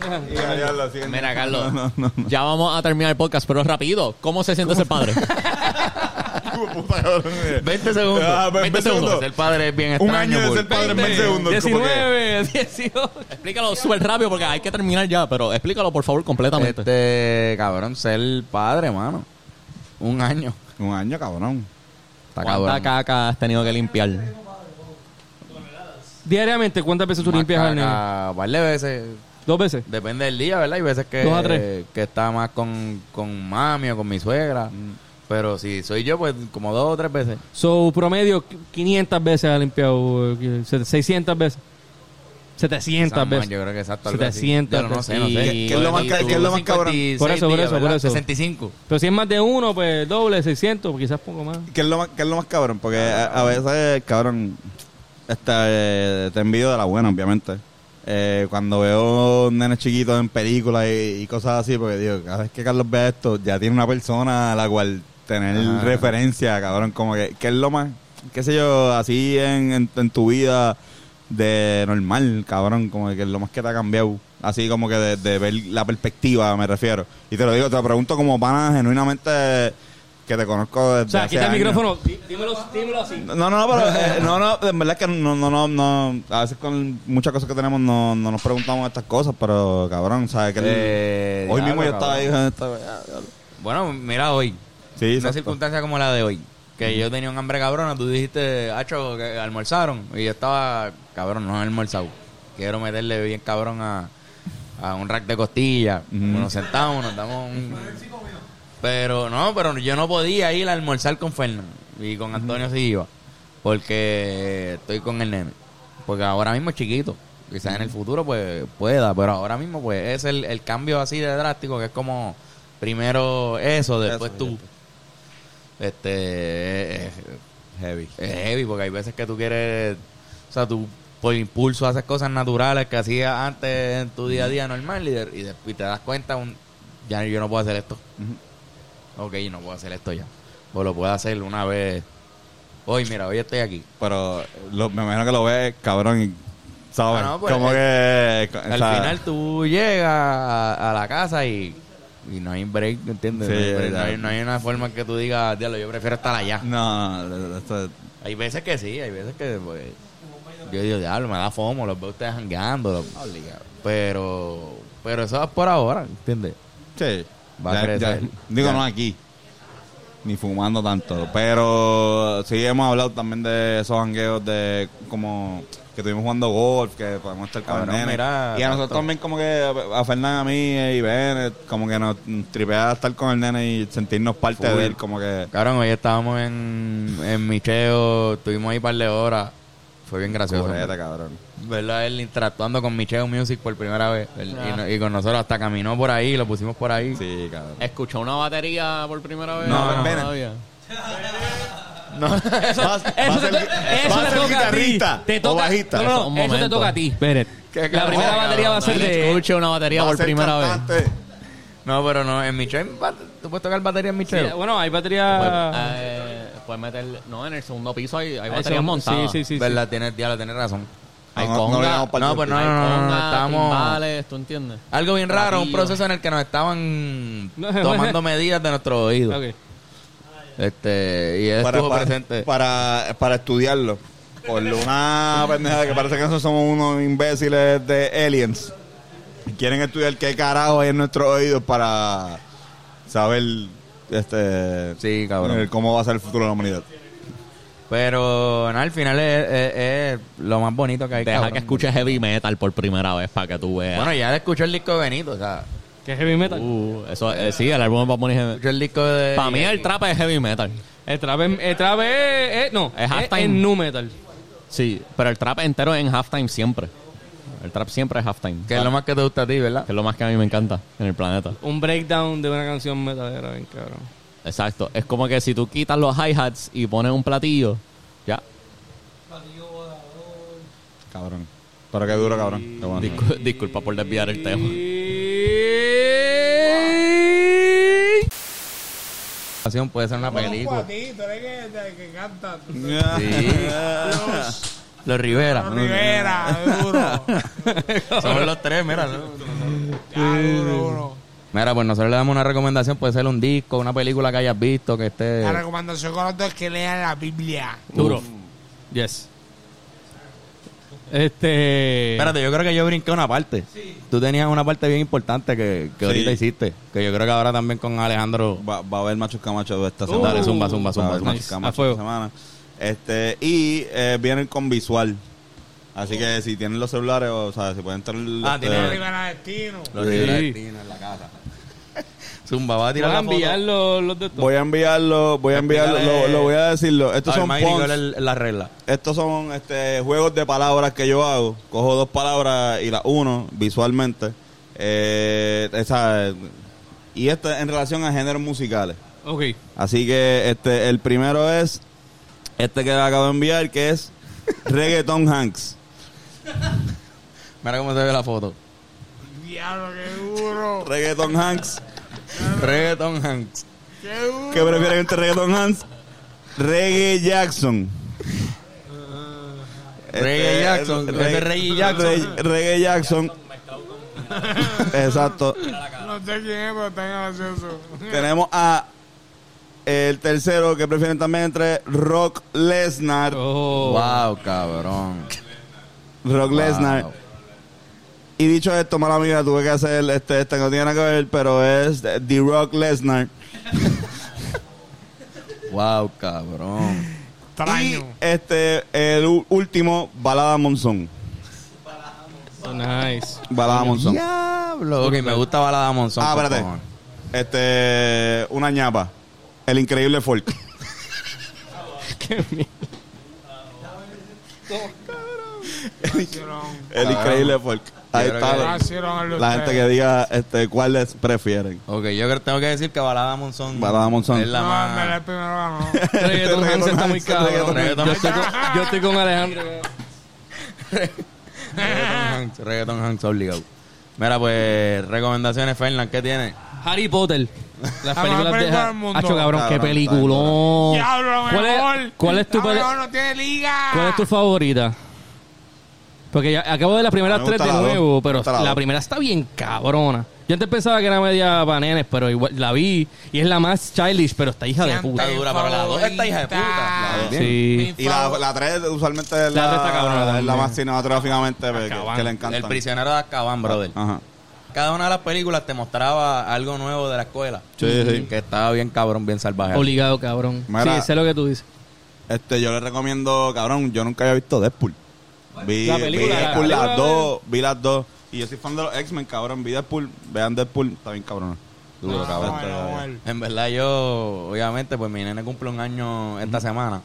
neta. Ya, ya lo siento. Mira, Carlos, No, no, no. ya vamos a terminar el podcast, pero rápido. ¿Cómo se siente ser padre? Puta, cabrón. 20 segundos. Ah, ve- 20 segundos. El padre es bien Un extraño. año de Bull. ser padre en 20 segundos. es como que- 19, 18. explícalo súper rápido porque hay que terminar ya, pero explícalo por favor completamente. Este, cabrón, ser padre, mano. Un año. Un año, cabrón. Está ¿Cuánta cabrón. caca has tenido que limpiar? Diariamente, ¿cuántas veces tú limpias al nene? Macaca, par de veces. ¿Dos veces? Depende del día, ¿verdad? Hay veces que, Dos a tres. que está más con, con mami o con mi suegra. Mm. Pero si soy yo, pues como dos o tres veces. So, promedio, 500 veces ha limpiado, eh, 600 veces. 700 San Juan, veces. yo creo que exacto. 700 Yo no sé, no sé. veces. Y- ¿Qué es lo más y ca- tú qué es lo más cabrón? 56 Por eso, por días, eso, por ¿verdad? eso. 65. Pero si es más de uno, pues doble, 600, pues, quizás poco más. ¿Qué es lo más, qué es lo más cabrón? Porque a, a veces, cabrón, esta, eh, te envío de la buena, obviamente. Eh, cuando veo nenes chiquitos en películas y, y cosas así, porque digo, cada vez que Carlos ve esto, ya tiene una persona a la cual tener Ah. referencia, cabrón. Como que, ¿qué es lo más, qué sé yo, así en, en, en tu vida de normal, cabrón? Como que es lo más que te ha cambiado. Así como que de, de ver la perspectiva, me refiero. Y te lo digo, te lo pregunto como pana genuinamente que te conozco desde O sea, hace quita el años. micrófono. Dí- Dímelo, dímelo así. No, no, no, pero eh, no, no, en verdad que no, no, no, no, a veces con muchas cosas que tenemos no, no nos preguntamos estas cosas, pero cabrón, ¿sabes? Que el- Eh, hoy diablo, mismo yo cabrón. estaba ahí. estaba- ah, diablo. Bueno, mira hoy. Sí, una exacto. circunstancia como la de hoy. Que yo tenía un hambre cabrona, tú dijiste, Hacho, que almorzaron. Y yo estaba, cabrón, no he almorzado. Quiero meterle bien cabrón a, a un rack de costillas. Nos sentamos, nos damos un. Pero no, pero yo no podía ir a almorzar con Fernando. Y con Antonio sí iba. Porque estoy con el nene. Porque ahora mismo es chiquito. Quizás en el futuro pues pueda, pero ahora mismo pues es el, el cambio así de drástico que es como primero eso, después tú. Este es, Heavy. es heavy porque hay veces que tú quieres, o sea, tú por impulso haces cosas naturales que hacías antes en tu día a día normal y, de- y de- y te das cuenta, un, ya yo no puedo hacer esto. Ok, no puedo hacer esto ya. O lo puedo hacer una vez. Hoy, mira, hoy estoy aquí. Pero lo, me imagino que lo ves, cabrón, y, ¿sabes? Ah, no, pues, como que... Al final tú llegas a, a la casa y, y no hay break, ¿entiendes? Sí, no, hay break, ya. no hay, no hay una forma en que tú digas, diablo, yo prefiero estar allá. No, no, esto- Hay veces que sí, hay veces que pues, yo digo, diablo, me da fomo, los veo ustedes jangueando. los- pero, pero eso es por ahora, ¿entiendes? Sí. Va a Ya- crecer. ya- digo, Ya. no aquí. Ni fumando tanto. Pero sí hemos hablado también de esos jangueos de como... Que que estuvimos jugando golf, que podemos estar Cabrón, cabrones. mira, y a nosotros tanto. también como que a Fernán, a mí eh, y Ben, como que nos tripea estar con el nene y sentirnos parte Full. de él, como que... Cabrón, hoy estábamos en, en Micheo, estuvimos ahí un par de horas. Fue bien gracioso. Correte, cabrón. ¿Verdad? Él interactuando con Micheo Music por primera vez. Él- Ah. y no- y, con nosotros hasta caminó por ahí, lo pusimos por ahí. Sí, cabrón. ¿Escuchó una batería por primera vez? No, no, no. todavía. Eso, vas, Eso vas te, el- vas eso el te toca a ti. guitarrista Te o toca, bajista. No, no, Un no, eso te momento. toca a ti. Bennett. ¿Qué La cabrón, primera cabrón? batería va a ser de él. Escuché una batería Vas por a ser primera vez. cantante. No, pero no, en Micheo, tú puedes tocar batería en Micheo. Sí, Bueno, hay batería... Eh, puedes meter. No, en el segundo piso hay, hay hay baterías segunda- montadas. Sí, sí, sí. sí. ¿Verdad? Tienes, diablo, tienes razón. Hay No, no, no conga. le damos pa'l No, centro. pues no, hay no, no, no, congas, estamos- timbales, ¿tú entiendes? Algo bien raro, un Platillo. proceso en el que nos estaban No. tomando medidas de nuestro oído. Ok. Este, y él para, estuvo para, presente. Para, para estudiarlo. Por una pendejada que parece que nosotros somos unos imbéciles de aliens. Y Quieren estudiar qué carajo hay en nuestros oídos para saber este Sí, cabrón. eh, cómo va a ser el futuro de la humanidad. Pero no, al final es, es- es lo más bonito que hay. Deja cabrón. que escuches heavy metal por primera vez para que tú veas. Bueno, ya escuchó el disco de Benito, o sea, Que es heavy metal. Uh, eso, eh, sí, el álbum va a poner heavy escuchó el disco de... Para mí el trap es heavy metal. El trap es... El trap es... es- no, Es es, halftime. es nu metal. Sí, pero el trap entero es en halftime siempre. El trap siempre es halftime. Que es lo más que te gusta a ti, ¿verdad? Que es lo más que a mí me encanta en el planeta. Un breakdown de una canción metalera, bien cabrón. Exacto. Es como que si tú quitas los hi-hats y pones un platillo, ya. Cabrón. Pero qué duro, cabrón. Qué bueno. Discul- disculpa por desviar el tema. Puede ser una película. ti, tú eres que, que canta. Sí. Los Rivera. Rivera, duro. Somos los tres, mira. ¿no? Ya, duro, duro. Mira, pues nosotros le damos una recomendación. Puede ser un disco, una película que hayas visto, que esté... La recomendación con otro es que lean la Biblia. Duro. Yes. Este... Espérate, yo creo que yo brinqué una parte. Tú tenías una parte bien importante que, que ahorita Sí. hiciste. Que yo creo que ahora también con Alejandro... Va, va a haber machos camachos esta Uh. semana. Dale, zumba, zumba, Va a zumba. haber zumba. machos Nice. camachos A fuego. esta semana. Este, y eh, vienen con visual. Así que si tienen los celulares, o sea, si pueden tener... Ah, este, tienen- Rivera Destino. Los Sí. Rivera Destino en la casa. Zumba, va a tirar Voy a la foto. enviar los, los de estos. Voy a enviarlo, voy a enviarlo, Explícale- lo, lo voy a decirlo. Estos A ver, son Mayri, puns, ¿cuál es la regla? estos son este, juegos de palabras que yo hago. Cojo dos palabras y las uno visualmente. Eh, esa- y esta en relación a géneros musicales. Ok. Así que este, el primero es este que acabo de enviar, que es Reggaeton Hanks. Mira cómo se ve la foto. Diablo, qué duro. Reggaeton Hanks. Reggaeton Hanks. Qué duro. ¿Qué prefieren entre Reggaeton Hanks? Reggae Jackson. Este, Reggae Jackson, Reggae- este es Reggie Jackson. Re- Reggae Jackson. Exacto. No sé quién es, pero está gracioso. Tenemos a el tercero que prefieren también entre Rock Lesnar. Oh. Wow, cabrón. Rock Lesnar. Y dicho esto, mala amiga, tuve que hacer este, este que no tiene nada que ver, pero es The Rock Lesnar. Wow, cabrón. Y Extraño. este, el u- último, Balada Monzón. Nice. Balada Monzón. Diablo. Ok, me gusta Balada Monzón. Ah, por espérate. favor. Este, una ñapa. El increíble Folk. Vacilón. El Ah, increíble Folk. Ahí Yo creo que- está. Vacilón el de La gente que ustedes. diga este, cuáles prefieren. Ok, yo creo- tengo que decir que Balada Monzón. Balada Monzón. Es la No, en verdad más. el primero ganó. Este Reggaeton Hanks Este está muy Este cabrón. reggaeton- Yo estoy, con, yo estoy con Alejandro. Reggaeton Hanks, Reggaeton Hanks obligado. Mira, pues, recomendaciones, Fernan, ¿qué tiene? Harry Potter. Las La películas mejor de película del mundo. Hacho, cabrón, qué Cabrón, cabrón. peliculón. Diablo, ¿Cuál es- mejor. cuál es tu La pele- mejor no tiene liga. ¿Cuál es tu favorita? Porque ya acabo de las primeras Me gusta tres de la dos. nuevo, Me pero gusta la la dos. primera está bien cabrona. Yo antes pensaba que era media para nenes, pero igual la vi y es la más childish, pero está hija de puta. Está dura, pero la dos está hija de puta. La dos. Sí. Y la, la 3 usualmente es La la, tres está cabrona es la más también. cinematográficamente que- que, Acaban. le encanta. El prisionero de Azkaban, brother. Ajá. Cada una de las películas te mostraba algo nuevo de la escuela. Sí, sí. Que estaba bien cabrón, bien salvaje. Obligado, cabrón. Mira. Sí, sé lo que tú dices. Este, yo le recomiendo, cabrón, yo nunca había visto Deadpool. Vi, La película, vi la Deadpool película. las dos, vi las dos. Y yo soy fan de los X-Men, cabrón. Vi Deadpool, vean Deadpool, está bien cabrón. Ah, Duro, cabrón. Vamos a ver, vamos a ver. En verdad yo, obviamente, pues mi nene cumple un año esta semana.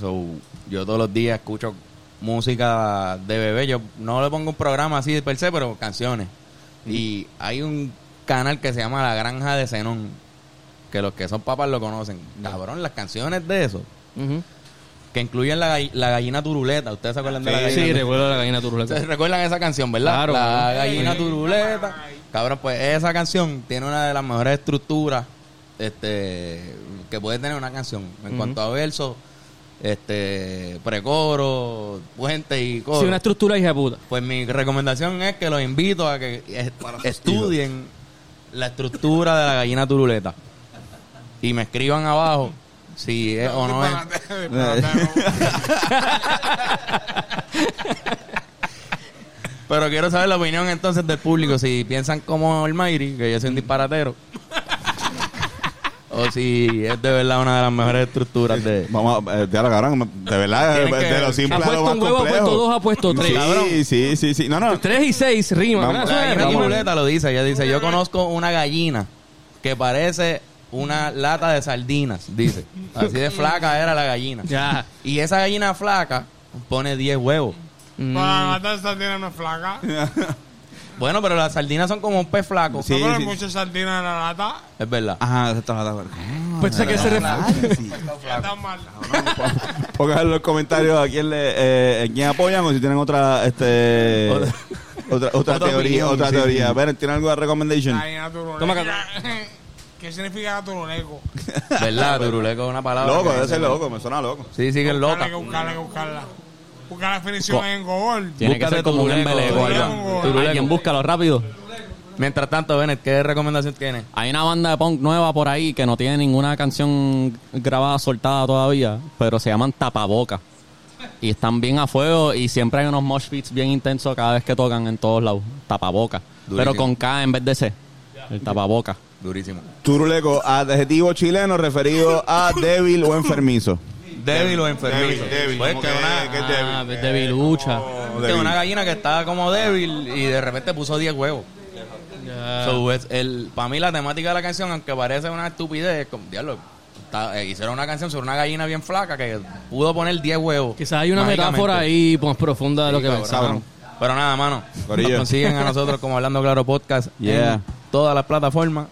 So, yo todos los días escucho música de bebé. Yo no le pongo un programa así de per se, pero canciones. Y hay un canal que se llama La Granja de Zenón, que los que son papas lo conocen. Cabrón, las canciones de eso, que incluyen la, gall- la gallina turuleta. ¿Ustedes se acuerdan de la Sí, gallina turuleta? recuerdo la gallina turuleta. ¿Ustedes recuerdan esa canción, verdad? Claro. La gallina turuleta. Cabrón, pues esa canción tiene una de las mejores estructuras este, que puede tener una canción. En cuanto a versos, este, precoro, puente y coro. Sí, una estructura hija de puta. Pues mi recomendación es que los invito a que es- estudien la estructura de la gallina turuleta. Y me escriban abajo si es o no es. Disparate, disparate, Pero quiero saber la opinión entonces del público. Si piensan como el Mayri, que yo soy un disparatero. o si es de verdad una de las mejores estructuras de... Vamos a, eh, diablo, cabrón, de verdad, eh, Tienen de que- lo simple Ha a lo puesto más un huevo, ha complejo. puesto dos, ha puesto tres. Cabrón. Este Sí, sí, sí, sí. No, no. 3 y 6 rima. Vamos, ¿verdad? La Eso es gallina rima. Turuleta lo dice. Ella dice, yo conozco una gallina que parece una lata de sardinas, dice. Así de flaca era la gallina. Ya. Y esa gallina flaca pone 10 huevos. Mm. Para matar sardinas no es flaca. Bueno, pero las sardinas son como un pez flaco. Sí, no ponen sí. muchas sardinas en la lata. Es verdad. Ajá, eso está Ah, mal. Pues sé que se refiere. Ya está mal. Pongan en los comentarios a quién le eh, a quién apoyan o si tienen otra este Otra- otra otra Otra teoría, opinión, otra sí, teoría. sí. Ver, ¿tienen algo de recommendation? Gallina turuleta. Toma acá. ¿Qué significa turuleco? ¿Verdad? Turuleco es una palabra. Loco, que- debe ser loco, me suena loco. Sí, sí que es Buscarla, loca. hay que buscarla, hay que buscarla. Buscar la definición Co- en Google. Tiene que Búscate ser como un Turuleco, embeleco. o Turuleco. algo. Turuleco. Alguien búscalo rápido. Mientras tanto, Bennett, ¿qué recomendación tienes? Hay una banda de punk nueva por ahí que no tiene ninguna canción grabada, soltada todavía, pero se llaman Tapaboca. Y están bien a fuego y siempre hay unos mosh pits bien intensos cada vez que tocan en todos lados. Tapaboca. Durísimo. Pero con K en vez de C. El tapaboca. Durísimo. Turuleco, adjetivo chileno referido a débil o enfermizo. Débil o enfermizo. Pues que una, que Ah, de eh, bilucha. que una gallina que estaba como débil y de repente puso 10 huevos. So, es el, para mí la temática de la canción, aunque parece una estupidez, es como, diablo, está- eh, hicieron una canción sobre una gallina bien flaca que pudo poner 10 huevos. Quizás hay una mágicamente. metáfora ahí pues, más profunda de lo que Cabrón. pensábamos. Pero nada, mano. Corillo. Nos consiguen a nosotros como Hablando Claro Podcast Yeah. en todas las plataformas.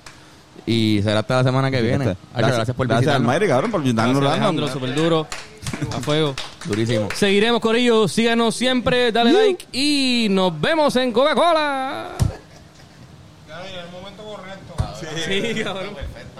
Y será hasta la semana que viene. Hacho, Gracias, por Este, Gracias al visitarnos. Mayri, cabrón, por visitarnos Gracias, random. Alejandro, súper duro. A fuego. Durísimo. Seguiremos, Corillo. Síganos siempre, dale like y nos vemos en Coca-Cola. Ya, ya, el momento correcto. Sí, cabrón.